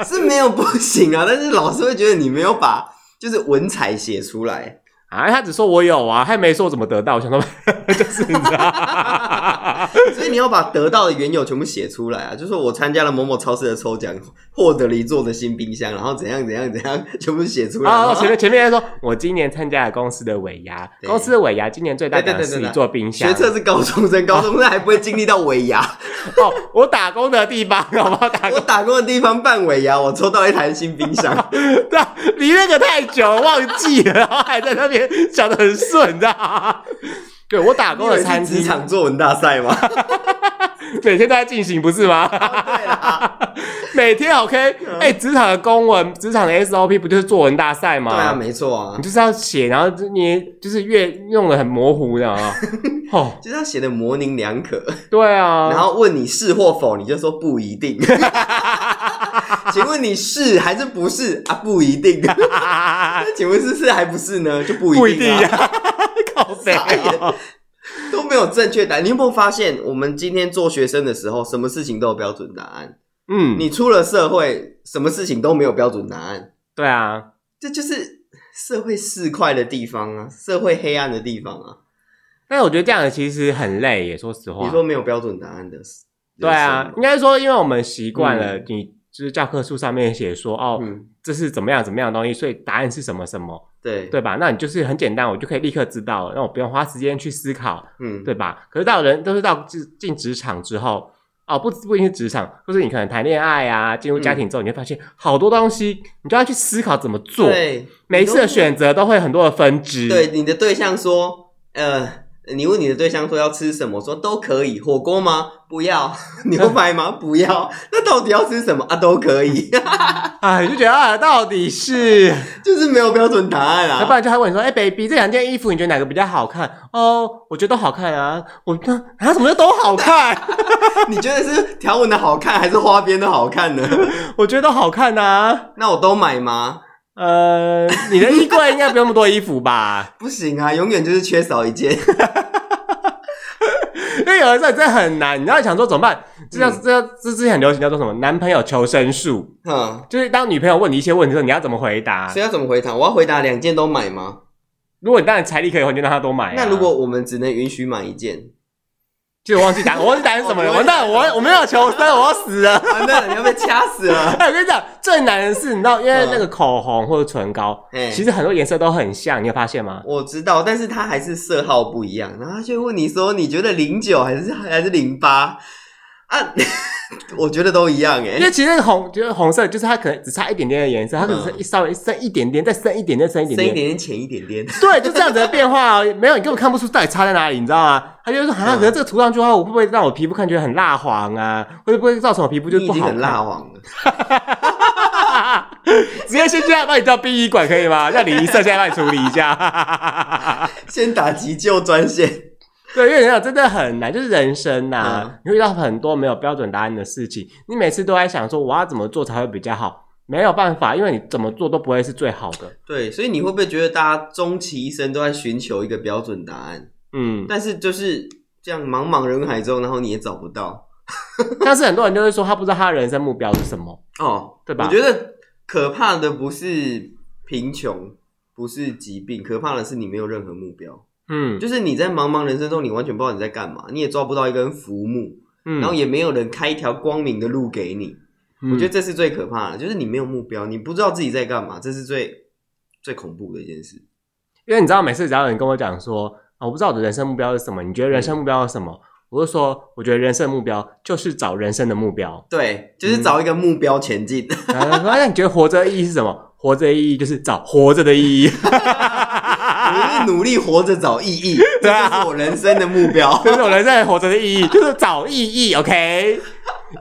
[SPEAKER 2] 是没有不行啊，但是老师会觉得你没有把就是文采写出来。
[SPEAKER 1] 啊，他只说我有啊，他也没说怎么得到，我想说就是你知道
[SPEAKER 2] 所以你要把得到的缘由全部写出来啊，就说我参加了某某超市的抽奖，获得了一座的新冰箱，然后怎样怎样怎样，全部写出来。
[SPEAKER 1] 啊，
[SPEAKER 2] 然后
[SPEAKER 1] 前面前面在说我今年参加了公司的尾牙，
[SPEAKER 2] 对
[SPEAKER 1] 公司的尾牙今年最大奖的是一座冰箱
[SPEAKER 2] 学。测是高中生，高中生还不会经历到尾 牙。
[SPEAKER 1] 哦，我打工的地方，好不好？打
[SPEAKER 2] 我
[SPEAKER 1] 工
[SPEAKER 2] 打工的地方办尾牙，我抽到一台新冰 箱。
[SPEAKER 1] 对啊，离那个太久了，忘记了，然后还在那边想的很顺，你知道吗？对我打
[SPEAKER 2] 你
[SPEAKER 1] 工
[SPEAKER 2] 以为
[SPEAKER 1] 的
[SPEAKER 2] 是
[SPEAKER 1] 餐
[SPEAKER 2] 职
[SPEAKER 1] 厅，
[SPEAKER 2] 场作文大赛 吗？
[SPEAKER 1] 每天都在进行，不是吗？
[SPEAKER 2] 哦对啦，
[SPEAKER 1] 每天 OK，哎、
[SPEAKER 2] 嗯
[SPEAKER 1] 职场的公文，职场的 SOP 不就是作文大赛吗？
[SPEAKER 2] 对啊，没错啊
[SPEAKER 1] 你，就是要写，然后就你就是越用的很模糊的 啊。哦，
[SPEAKER 2] 就是要写的模棱两可，
[SPEAKER 1] 对啊，
[SPEAKER 2] 然后问你是或否，你就说不一 定。请问你是还是不是啊？不一定。那 请问是是还不是呢？就不
[SPEAKER 1] 不
[SPEAKER 2] 一
[SPEAKER 1] 一定
[SPEAKER 2] 定啊，
[SPEAKER 1] 呀， 靠谁
[SPEAKER 2] 傻眼
[SPEAKER 1] 啊？
[SPEAKER 2] 都没有正确答案。你有没有发现，我们今天做学生的时候，什么事情都有标准答案？
[SPEAKER 1] 嗯，
[SPEAKER 2] 你出了社会，什么事情都没有标准答案。
[SPEAKER 1] 对啊，
[SPEAKER 2] 这就是社会市侩的地方啊，社会黑暗的地方啊。
[SPEAKER 1] 但是我觉得这样其实很累耶，说实话。
[SPEAKER 2] 你说没有标准答案的，
[SPEAKER 1] 对啊
[SPEAKER 2] 人，生嗯
[SPEAKER 1] 应
[SPEAKER 2] 吗，
[SPEAKER 1] 该说，因为我们习惯了，你就是教科书上面写说，哦，
[SPEAKER 2] 嗯，
[SPEAKER 1] 这是怎么样怎么样的东西，所以答案是什么什么，
[SPEAKER 2] 对，嗯
[SPEAKER 1] 对吧？那你就是很简单，我就可以立刻知道了，那我不用花时间去思考，
[SPEAKER 2] 嗯，
[SPEAKER 1] 对吧？可是到人都是到进进职场之后。哦，不不一定是职场，就是你可能谈恋爱啊，进入家庭之后，
[SPEAKER 2] 嗯
[SPEAKER 1] 你会发现好多东西，你就要去思考怎么做。
[SPEAKER 2] 对，
[SPEAKER 1] 每一次的选择都会很多的分支。
[SPEAKER 2] 对你的对象说，呃，你问你的对象说要吃什么，说都可以，火锅吗？不要， 牛排吗？不要，那到底要吃什么啊？都可以，
[SPEAKER 1] 啊，你就觉得啊，到底是，
[SPEAKER 2] 就是没有标准答案
[SPEAKER 1] 要不
[SPEAKER 2] 啊。
[SPEAKER 1] 然就他问你说，哎、b a b y 这两件衣服你觉得哪个比较好看？哦，我觉得都好看啊。我那啊，什么叫都好看？
[SPEAKER 2] 你觉得是条纹的好看，还是花边的好看呢？
[SPEAKER 1] 我觉得都好看啊。
[SPEAKER 2] 那我都买吗？
[SPEAKER 1] 呃，你的衣柜应该不用那么多衣服吧？
[SPEAKER 2] 不行啊，永远就是缺少一件。
[SPEAKER 1] 因为有的时候你真的很难，你要想说怎么办？这叫
[SPEAKER 2] 嗯
[SPEAKER 1] 这叫这之前很流行叫做什么？男朋友求生术，
[SPEAKER 2] 哼，
[SPEAKER 1] 就是当女朋友问你一些问题的时候，你要怎么回答
[SPEAKER 2] 啊所？以要怎么回答？我要回答两件都买吗？
[SPEAKER 1] 如果你当然财力可以的话，你就让他多买、啊。
[SPEAKER 2] 那如果我们只能允许买一 件，
[SPEAKER 1] 就我忘记答，我忘记答案是什么 了。完蛋，我我没有求生，我要死了。
[SPEAKER 2] 完蛋了，啊你要被掐死了。
[SPEAKER 1] 哎，我跟你讲，最难的是，你知道，因为那个口红或者唇膏，
[SPEAKER 2] 嗯
[SPEAKER 1] 其实很多颜色都很像，你有发现吗？
[SPEAKER 2] 我知道，但是他还是色号不一样，然后他就问你说，你觉得零九还是还是零八啊？ 我觉得都一样哎、
[SPEAKER 1] 因为其实那个红就是红色，就是它可能只差一点点的颜色，它可能
[SPEAKER 2] 嗯
[SPEAKER 1] 是一稍微深一点点，再深一点点，再深一
[SPEAKER 2] 深
[SPEAKER 1] 点
[SPEAKER 2] 一点
[SPEAKER 1] 点。
[SPEAKER 2] 点，浅一点点。
[SPEAKER 1] 对，就这样子的变化哦，没有你根本看不出到底差在哪里，你知道吗？他就说，啊，
[SPEAKER 2] 嗯
[SPEAKER 1] 可是这个涂上去的话，我会不会让我皮肤看起来很蜡黄啊？会不会造成我皮肤就
[SPEAKER 2] 你已
[SPEAKER 1] 不
[SPEAKER 2] 经
[SPEAKER 1] 好
[SPEAKER 2] 很蜡
[SPEAKER 1] 看？
[SPEAKER 2] 黄了，
[SPEAKER 1] 直接先这样帮你到殡仪馆可以吗？让李仪社现在帮你处理一下。
[SPEAKER 2] 先打急救专线。
[SPEAKER 1] 对，因为你想真的很难，就是人生呐、
[SPEAKER 2] 嗯
[SPEAKER 1] 你会遇到很多没有标准答案的事情，你每次都在想说我要怎么做才会比较好，没有办法，因为你怎么做都不会是最好的。
[SPEAKER 2] 对，所以你会不会觉得大家终其一生都在寻求一个标准答案？
[SPEAKER 1] 嗯，
[SPEAKER 2] 但是就是这样茫茫人海中，然后你也找不到
[SPEAKER 1] 但是很多人就会说他不知道他的人生目标是什么，
[SPEAKER 2] 哦，
[SPEAKER 1] 对吧
[SPEAKER 2] 我觉得可怕的不是贫穷，不是疾病，可怕的是你没有任何目标。
[SPEAKER 1] 嗯
[SPEAKER 2] 就是你在茫茫人生中，你完全不知道你在干嘛，你也抓不到一根浮木，
[SPEAKER 1] 嗯，
[SPEAKER 2] 然后也没有人开一条光明的路给你。我
[SPEAKER 1] 我
[SPEAKER 2] 觉得
[SPEAKER 1] 得
[SPEAKER 2] 这是最可怕的，就是你没有目标，你不知道自己在干嘛，这是最最恐怖的一件事。
[SPEAKER 1] 因为你知道每次只要有人跟我讲说啊，我不知道我的人生目标是什么，你觉得人生目标是什么？我就说，我觉得人生目标就是找人生的目标。
[SPEAKER 2] 对，就是找一个目标前进。
[SPEAKER 1] 然后他说啊那你觉得活着的意义是什么？活着的意义就是找活着的意义。
[SPEAKER 2] 我是努力活着找意义，这
[SPEAKER 1] 嗯 对啊
[SPEAKER 2] 就是我人生的目 标。
[SPEAKER 1] 这是我人生活着的意义，就是找意义，OK。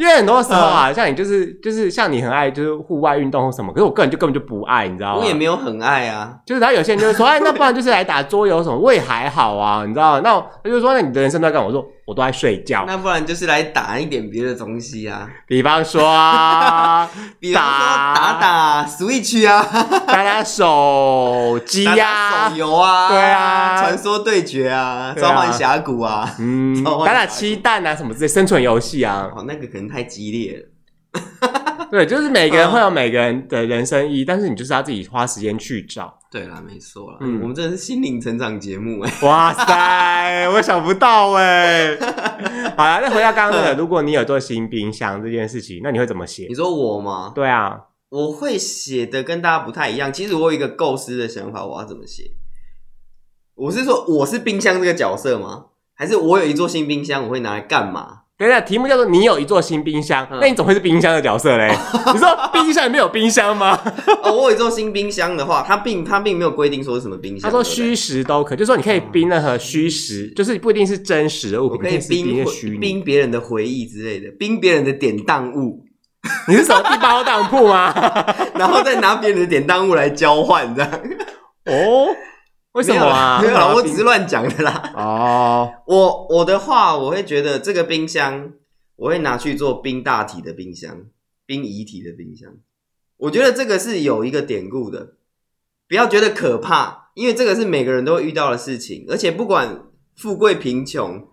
[SPEAKER 1] 因为很多时候啊，
[SPEAKER 2] 嗯
[SPEAKER 1] 像你就是就是像你很爱就是户外运动或什么，可是我个人就根本就不爱，你知道吗？
[SPEAKER 2] 我也没有很爱啊，
[SPEAKER 1] 就是然后有些人就会说，哎，那不然就是来打桌游什么，我也还好啊，你知道吗？那我他就说，那你的人生都在干嘛？我说我都在睡觉。
[SPEAKER 2] 那不然就是来打一点别的东西啊，
[SPEAKER 1] 比方说啊
[SPEAKER 2] 比如说打打 Switch 啊，
[SPEAKER 1] 打打手机
[SPEAKER 2] 打
[SPEAKER 1] 呀、
[SPEAKER 2] 打手游啊，
[SPEAKER 1] 对啊
[SPEAKER 2] 传说对决啊，
[SPEAKER 1] 对啊
[SPEAKER 2] 召唤峡谷啊，
[SPEAKER 1] 嗯，
[SPEAKER 2] 召唤
[SPEAKER 1] 打打
[SPEAKER 2] 峡谷
[SPEAKER 1] 鸡蛋啊什么之类生存游戏 啊。
[SPEAKER 2] 哦，那个可能太激烈了。
[SPEAKER 1] 对，就是每个人
[SPEAKER 2] 嗯
[SPEAKER 1] 会有每个人的人生意义，但是你就是要自己花时间去找。
[SPEAKER 2] 对啦，没错啦，
[SPEAKER 1] 嗯
[SPEAKER 2] 我们真的是心灵成长节目哎、
[SPEAKER 1] 哇塞，我想不到 哎、好了，那回到刚刚那个，
[SPEAKER 2] 嗯
[SPEAKER 1] 如果你有做新冰箱这件事情，那你会怎么写
[SPEAKER 2] 你？说我吗？
[SPEAKER 1] 对啊，
[SPEAKER 2] 我会写的跟大家不太一样。其实我有一个构思的想法，我要怎么写？我是说我是冰箱这个角色吗？还是我有一座新冰箱，我会拿来干嘛？
[SPEAKER 1] 等一下，题目叫做“你有一座新冰箱”，
[SPEAKER 2] 嗯
[SPEAKER 1] 那你总会是冰箱的角色嘞？ 你说冰箱里面有冰箱吗？
[SPEAKER 2] 哦，我有一座新冰箱的话，它并它并没有规定说是什么冰
[SPEAKER 1] 他
[SPEAKER 2] 箱。
[SPEAKER 1] 说
[SPEAKER 2] 对不对
[SPEAKER 1] 虚实都可，就是说你可以冰任何虚实，就是不一定是真实的物
[SPEAKER 2] 我
[SPEAKER 1] 品，
[SPEAKER 2] 可以
[SPEAKER 1] 你是冰
[SPEAKER 2] 冰
[SPEAKER 1] 一些
[SPEAKER 2] 回
[SPEAKER 1] 虚拟。
[SPEAKER 2] 冰别人的回忆之类的，冰别人的典当物，
[SPEAKER 1] 你是什么地包当铺吗？
[SPEAKER 2] 然后再拿别人的典当物来交换，这样
[SPEAKER 1] 哦， 为什么啊？
[SPEAKER 2] 没有啦没有
[SPEAKER 1] 为什么
[SPEAKER 2] 啦，
[SPEAKER 1] 要
[SPEAKER 2] 我
[SPEAKER 1] 冰
[SPEAKER 2] 只是乱讲的啦。
[SPEAKER 1] 哦，
[SPEAKER 2] 我我的话，我会觉得这个冰箱，我会拿去做冰大体的冰箱，冰遗体的冰箱。我觉得这个是有一个典故的，不要觉得可怕，因为这个是每个人都会遇到的事情，而且不管富贵贫穷，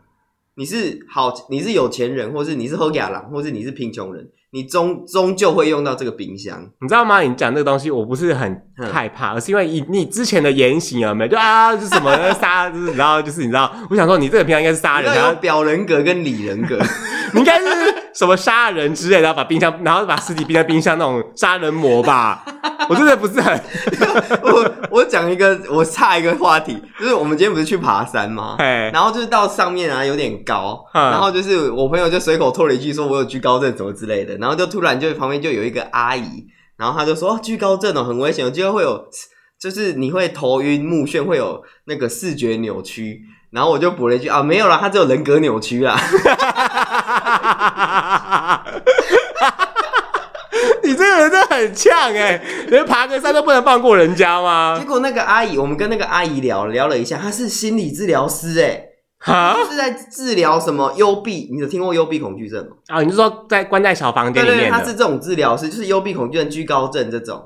[SPEAKER 2] 你是好，你是有钱人，或是你是侯亚郎，或是你是贫穷人，你终终究会用到这个冰箱。
[SPEAKER 1] 你知道吗？你讲这个东西，我不是很
[SPEAKER 2] 嗯
[SPEAKER 1] 害怕，而是因为你你之前的言行有没有？就啊，就是什么杀，就是然后就是你知道，我想说你这个平常应该是杀人，然啊
[SPEAKER 2] 要
[SPEAKER 1] 后
[SPEAKER 2] 有表人格跟里人格，
[SPEAKER 1] 你应该是什么杀人之类的，然后把冰箱，然后把尸体冰在冰箱那种杀人魔吧。我真的不是很，
[SPEAKER 2] 我我讲一个，我岔一个话题，就是我们今天不是去爬山吗？
[SPEAKER 1] 哎，
[SPEAKER 2] 然后就是到上面啊，有点高，
[SPEAKER 1] 嗯
[SPEAKER 2] 然后就是我朋友就随口吐了一句说我有惧高症什么之类的，然后就突然就旁边就有一个阿姨，然后她就说哦惧、高症哦很危险，有机会会有，就是你会头晕目眩，会有那个视觉扭曲。然后我就补了一句啊，没有啦，她只有人格扭曲 啦。
[SPEAKER 1] 你这个人真的很呛哎、连爬个山都不能放过人家
[SPEAKER 2] 结
[SPEAKER 1] 吗？
[SPEAKER 2] 果那个阿姨，我们跟那个阿姨聊聊了一下，她是心理治疗师哎、
[SPEAKER 1] 哈
[SPEAKER 2] 她是在治疗什么幽闭？你有听过幽闭恐惧症吗？
[SPEAKER 1] 啊，你是说在关在小房
[SPEAKER 2] 对
[SPEAKER 1] 间里
[SPEAKER 2] 对对，
[SPEAKER 1] 面
[SPEAKER 2] 她是
[SPEAKER 1] 的
[SPEAKER 2] 这种治疗师，就是幽闭恐惧症、居高症这种。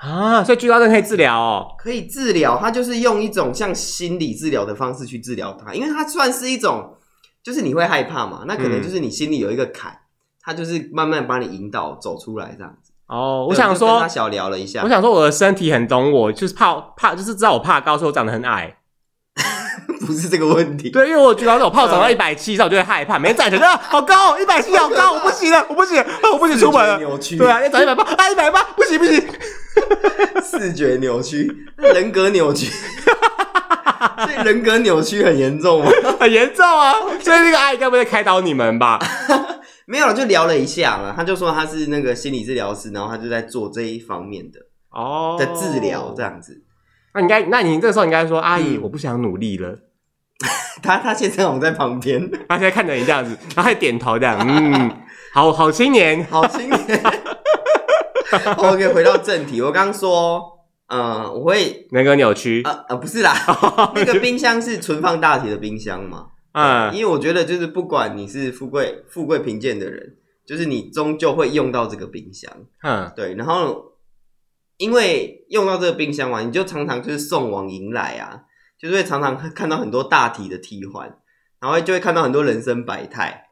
[SPEAKER 1] 啊？所以惧高症可以治疗哦。
[SPEAKER 2] 可以治疗，它就是用一种像心理治疗的方式去治疗它，因为它算是一种，就是你会害怕嘛，那可
[SPEAKER 1] 嗯
[SPEAKER 2] 能就是你心里有一个坎，它就是慢慢把你引导走出来这样子。
[SPEAKER 1] 哦，我
[SPEAKER 2] 对
[SPEAKER 1] 想
[SPEAKER 2] 就跟
[SPEAKER 1] 说
[SPEAKER 2] 他，小聊了一下
[SPEAKER 1] 我，想说我的身体很懂我，就是怕怕，就是知道我怕高，所以我长得很矮。
[SPEAKER 2] 不是这个问题。
[SPEAKER 1] 对，因为我惧高症，我怕我长
[SPEAKER 2] 嗯
[SPEAKER 1] 到一百七以上，我就会害怕，每天站起来就啊好高，一百七好高，我不行了，我不行了，啊我不行出门
[SPEAKER 2] 视觉
[SPEAKER 1] 了。
[SPEAKER 2] 扭曲，
[SPEAKER 1] 对啊，要长一百八啊，一百八不行不行。
[SPEAKER 2] 视觉扭曲，人格 扭曲，所以人格扭曲很严重吗？
[SPEAKER 1] 很严重啊！所以那个阿姨该不会开导你们吧？
[SPEAKER 2] 没有，就聊了一下了。他就说他是那个心理治疗师，然后他就在做这一方面的
[SPEAKER 1] 哦
[SPEAKER 2] 的治疗这。样子。
[SPEAKER 1] 那你应该，那你这时候应该说，阿姨，
[SPEAKER 2] 嗯
[SPEAKER 1] 我不想努力了。
[SPEAKER 2] 他他现在我在旁边，
[SPEAKER 1] 她现在看着你这样子，然后还点头这样，嗯，好好青年。
[SPEAKER 2] 好青年。OK，回到正题，我刚刚说，呃，我会，
[SPEAKER 1] 人格扭曲，
[SPEAKER 2] 呃呃，不是啦，那个冰箱是存放大体的冰箱嘛，
[SPEAKER 1] 嗯，
[SPEAKER 2] 因为我觉得就是不管你是富贵、富贵贫贱的人，就是你终究会用到这个冰箱，
[SPEAKER 1] 嗯，
[SPEAKER 2] 对，然后因为用到这个冰箱嘛，你就常常就是送往迎来啊，就是会常常看到很多大体的替换，然后就会看到很多人生百态，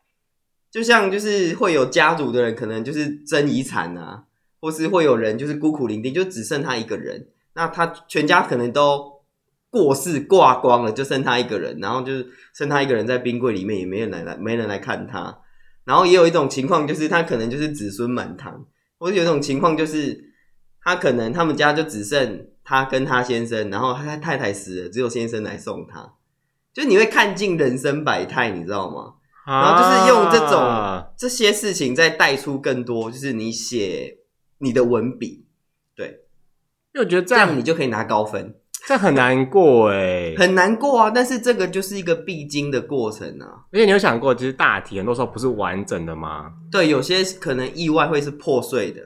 [SPEAKER 2] 就像就是会有家族的人可能就是争遗产啊，或是会有人就是孤苦伶仃，就只剩他一个人，那他全家可能都。过世挂光了，就剩他一个人，然后就是剩他一个人在冰柜里面，也没人来来，没人来看他。然后也有一种情况，就是他可能就是子孙满堂，或者有一种情况就是，他可能他们家就只剩他跟他先生，然后他太太死了，只有先生来送他。就是你会看尽人生百态，你知道吗？然后就是用这种
[SPEAKER 1] 啊
[SPEAKER 2] 这些事情再带出更多，就是你写你的文笔，
[SPEAKER 1] 因为我觉得这
[SPEAKER 2] 这样
[SPEAKER 1] 样
[SPEAKER 2] 你就可以拿高分。
[SPEAKER 1] 这很难过哎。
[SPEAKER 2] 很难过啊，但是这个就是一个必经的过程啊。
[SPEAKER 1] 而且你有想过，其实大题很多时候不是完整的吗？
[SPEAKER 2] 对，有些可能意外会是破碎的，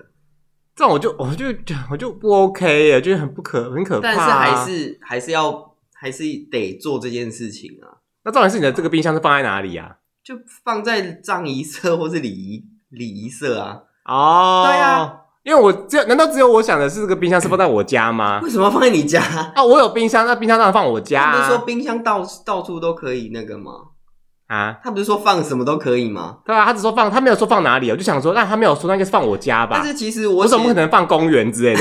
[SPEAKER 1] 这种我就我就我就不 OK 耶，就是很不可很可怕
[SPEAKER 2] 但
[SPEAKER 1] 啊。
[SPEAKER 2] 是还是还是要还是得做这件事情啊。
[SPEAKER 1] 那重点是你的这个冰箱是放在哪里啊？
[SPEAKER 2] 就放在葬仪社或是礼仪礼仪社啊。
[SPEAKER 1] 哦，
[SPEAKER 2] 对啊，
[SPEAKER 1] 因为我只有难道只有我想的是这个冰箱是放在我家吗？
[SPEAKER 2] 为什么要放在你家？
[SPEAKER 1] 啊，我有冰箱，那冰箱当然放我家
[SPEAKER 2] 他不是说
[SPEAKER 1] 啊。
[SPEAKER 2] 冰箱到到处都可以那个吗？
[SPEAKER 1] 啊
[SPEAKER 2] 他不是说放什么都可以吗？
[SPEAKER 1] 对啊，他只说放，他没有说放哪里，我就想说，那他没有说，那应该是放我家吧
[SPEAKER 2] 但？是其实我
[SPEAKER 1] 我怎么可
[SPEAKER 2] 写
[SPEAKER 1] 能放公园之类的？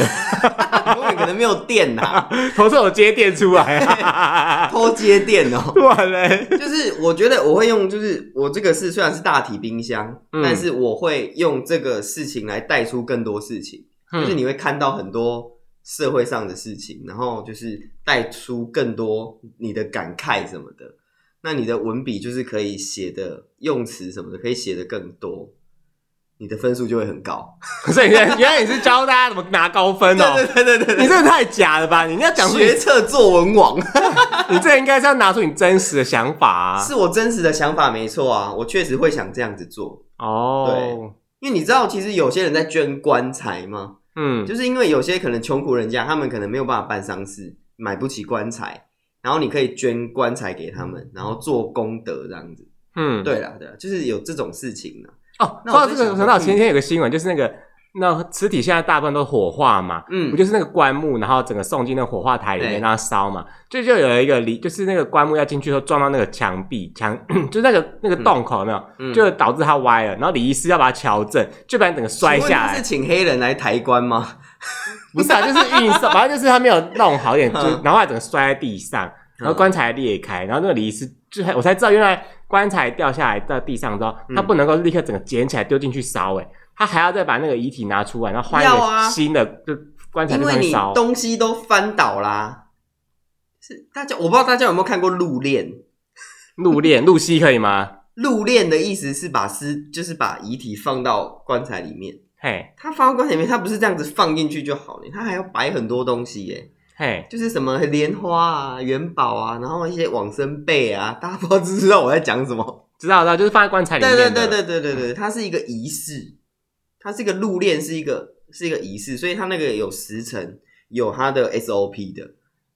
[SPEAKER 2] 永远可能没有电呐、
[SPEAKER 1] 头是有接电出来 啊，
[SPEAKER 2] 偷接电哦、
[SPEAKER 1] 哇嘞！
[SPEAKER 2] 就是我觉得我会用，就是我这个事虽然是大体冰箱，
[SPEAKER 1] 嗯
[SPEAKER 2] 但是我会用这个事情来带出更多事情，就是
[SPEAKER 1] 嗯
[SPEAKER 2] 你会看到很多社会上的事情，然后就是带出更多你的感慨什么的。那你的文笔就是可以写的用词什么的，可以写的更多，你的分数就会很高。
[SPEAKER 1] 所以原来你是教大家怎么拿高分哦。
[SPEAKER 2] 对对对对
[SPEAKER 1] 你
[SPEAKER 2] 对
[SPEAKER 1] 这个太假了吧！你应该讲出你
[SPEAKER 2] 学，测作文王
[SPEAKER 1] 你这个应该是要拿出你真实的想法啊。
[SPEAKER 2] 是我真实的想法，没错啊，我确实会想这样子做。
[SPEAKER 1] 哦，
[SPEAKER 2] 因为你知道，其实有些人在捐棺材吗？
[SPEAKER 1] 嗯，
[SPEAKER 2] 就是因为有些可能穷苦人家，他们可能没有办法办丧事，买不起棺材，然后你可以捐棺材给他们，然后做功德这样子。
[SPEAKER 1] 嗯，
[SPEAKER 2] 对啦，对啦，就是有这种事情呢。
[SPEAKER 1] 哦，
[SPEAKER 2] 那
[SPEAKER 1] 说
[SPEAKER 2] 我
[SPEAKER 1] 到
[SPEAKER 2] 在
[SPEAKER 1] 这个，
[SPEAKER 2] 想
[SPEAKER 1] 想到
[SPEAKER 2] 嗯
[SPEAKER 1] 前天有个新闻，就是那个那尸体现在大部分都是火化嘛，
[SPEAKER 2] 嗯
[SPEAKER 1] 不，就是那个棺木，然后整个送进那个火化台里
[SPEAKER 2] 对
[SPEAKER 1] 面让它烧嘛？就就有一个离，就是那个棺木要进去的时候撞到那个墙壁墙， 就是那个那个洞口有没有，
[SPEAKER 2] 嗯
[SPEAKER 1] 就导致它歪了。然后李医师要把它矫正，就不然整个摔
[SPEAKER 2] 请问
[SPEAKER 1] 下
[SPEAKER 2] 他是
[SPEAKER 1] 来。
[SPEAKER 2] 请黑人来抬棺吗？
[SPEAKER 1] 不是啊，就是运 送，反正就是他没有弄好一点，就
[SPEAKER 2] 嗯
[SPEAKER 1] 然后它整个摔在地上，然后棺材裂开，然后那个李医师就还我才知道，原来棺材掉下来到地上之后，
[SPEAKER 2] 嗯
[SPEAKER 1] 他不能够立刻整个捡起来丢进去烧，哎，他还要再把那个遗体拿出来，然后换一
[SPEAKER 2] 要啊
[SPEAKER 1] 个新的，就棺材
[SPEAKER 2] 因
[SPEAKER 1] 就
[SPEAKER 2] 为
[SPEAKER 1] 上去
[SPEAKER 2] 你
[SPEAKER 1] 烧。
[SPEAKER 2] 东西都翻倒啦。是大家，我不知道大家有没有看过入殓。
[SPEAKER 1] 入殓入息可以吗？
[SPEAKER 2] 入殓的意思是把尸，就是把遗体放到棺材里面。
[SPEAKER 1] 嘿，
[SPEAKER 2] 他放到棺材里面，他不是这样子放进去就好了，他还要摆很多东西耶。
[SPEAKER 1] 嘿，
[SPEAKER 2] 就是什么莲花啊、元宝啊，然后一些往生贝啊，大家不知道知道我在讲什 么？
[SPEAKER 1] 知道知道，就是放在棺材里
[SPEAKER 2] 对
[SPEAKER 1] 面
[SPEAKER 2] 对
[SPEAKER 1] 的。
[SPEAKER 2] 对对对对对，它是一个仪式，它是一个入殓，是一个是一个仪式，所以它那个有时辰，有它的 SOP 的，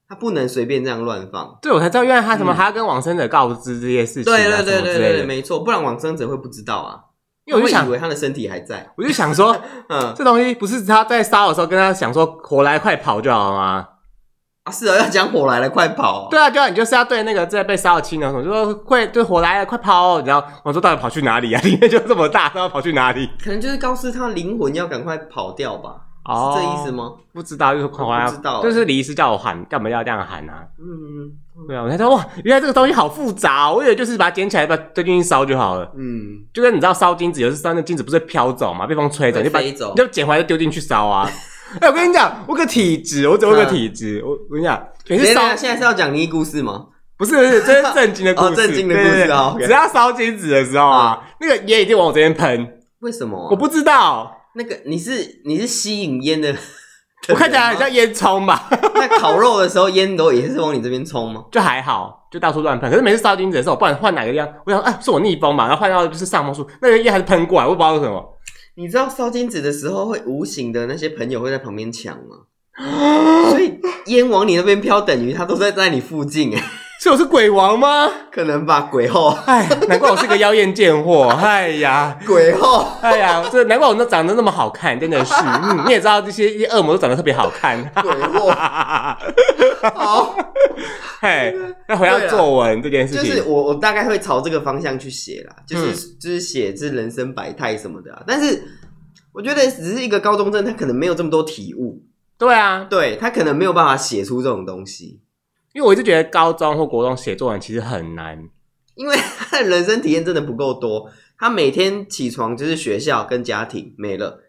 [SPEAKER 2] 它不能随便这样乱放。
[SPEAKER 1] 对我才知道，原来他什么
[SPEAKER 2] 嗯
[SPEAKER 1] 还要跟往生者告知这些事情、啊
[SPEAKER 2] 对对对
[SPEAKER 1] 什么
[SPEAKER 2] 对
[SPEAKER 1] 之
[SPEAKER 2] 对
[SPEAKER 1] 类
[SPEAKER 2] 对，
[SPEAKER 1] 的。
[SPEAKER 2] 没错，不然往生者会不知道啊，
[SPEAKER 1] 因为我就
[SPEAKER 2] 他会
[SPEAKER 1] 想
[SPEAKER 2] 以，为他的身体还 在。
[SPEAKER 1] 我就想说，
[SPEAKER 2] 嗯
[SPEAKER 1] 这东西不是他在烧的时候跟他想说火来快跑就好了吗？
[SPEAKER 2] 啊，是啊，要讲火来了，快跑、
[SPEAKER 1] 对啊，对啊，你就是要对那个在被烧的亲人说，就说快，就火来了，快跑哦、然后我说到底跑去哪里啊？里面就这么大，然后跑去哪 里？
[SPEAKER 2] 可能就是告诉他灵魂要赶快跑掉吧，
[SPEAKER 1] 哦
[SPEAKER 2] 是这意思吗？
[SPEAKER 1] 不知道，就是快
[SPEAKER 2] 我
[SPEAKER 1] 来
[SPEAKER 2] 不知道欸
[SPEAKER 1] 就是李医师叫我喊，干嘛要这样喊啊？
[SPEAKER 2] 嗯
[SPEAKER 1] 对啊，我才知道哇，原来这个东西好复杂、哦，我以为就是把它捡起来，把它丢进去烧就好了。
[SPEAKER 2] 嗯，
[SPEAKER 1] 就跟你知道烧金子，有时烧那金子不是会飘走嘛，被风吹走，
[SPEAKER 2] 会
[SPEAKER 1] 你把
[SPEAKER 2] 飞走
[SPEAKER 1] 你就捡回来就丢进去烧啊。 哎、我跟你讲，我有个体质，我只有个
[SPEAKER 2] 嗯
[SPEAKER 1] 体质，我我跟你讲，每
[SPEAKER 2] 等
[SPEAKER 1] 次
[SPEAKER 2] 一
[SPEAKER 1] 烧
[SPEAKER 2] 下，现在是要讲尼故事吗？
[SPEAKER 1] 不是不是，这 是正经的故事，
[SPEAKER 2] 哦正经的
[SPEAKER 1] 对对
[SPEAKER 2] 故事
[SPEAKER 1] 对
[SPEAKER 2] 哦，OK
[SPEAKER 1] 只要烧金子的时候啊，那个烟已经往我这边喷，
[SPEAKER 2] 为什么啊、
[SPEAKER 1] 我不知道，
[SPEAKER 2] 那个你是你是吸引烟的，
[SPEAKER 1] 我看起来很像烟囱吧，
[SPEAKER 2] 那烤肉的时候烟都也是往你这边冲吗？
[SPEAKER 1] 就还好，就到处乱喷。可是每次烧金子的时候，不管换哪个地方，我想啊，是我逆风嘛，然后换到就是上风树，那个烟还是喷过来，我不知道为什么。
[SPEAKER 2] 你知道烧金纸的时候会无形的那些朋友会在旁边 抢吗？所以烟往你那边飘，等于他都在在你附近， 哎，
[SPEAKER 1] 是我是鬼王吗？
[SPEAKER 2] 可能吧？鬼后，
[SPEAKER 1] 哎，难怪我是个妖艳贱货。 哎呀，
[SPEAKER 2] 鬼后，
[SPEAKER 1] 哎呀，这难怪我那长得那么好看，真的是。嗯，你也知道这些恶魔都长得特别好看。
[SPEAKER 2] 鬼 后，好，
[SPEAKER 1] 嘿，哎那回到作文这件事
[SPEAKER 2] 啊就
[SPEAKER 1] 情，
[SPEAKER 2] 是我我大概会朝这个方向去写啦，就是、
[SPEAKER 1] 嗯
[SPEAKER 2] 就是写这人生百态什么的、啊，但是我觉得只是一个高中生，他可能没有这么多体悟，
[SPEAKER 1] 对啊，
[SPEAKER 2] 对他可能没有办法写出这种东西，
[SPEAKER 1] 因为我一直觉得高中或国中写作文其实很难。
[SPEAKER 2] 因为他的人生体验真的不够多。他每天起床就是学校跟家庭没了。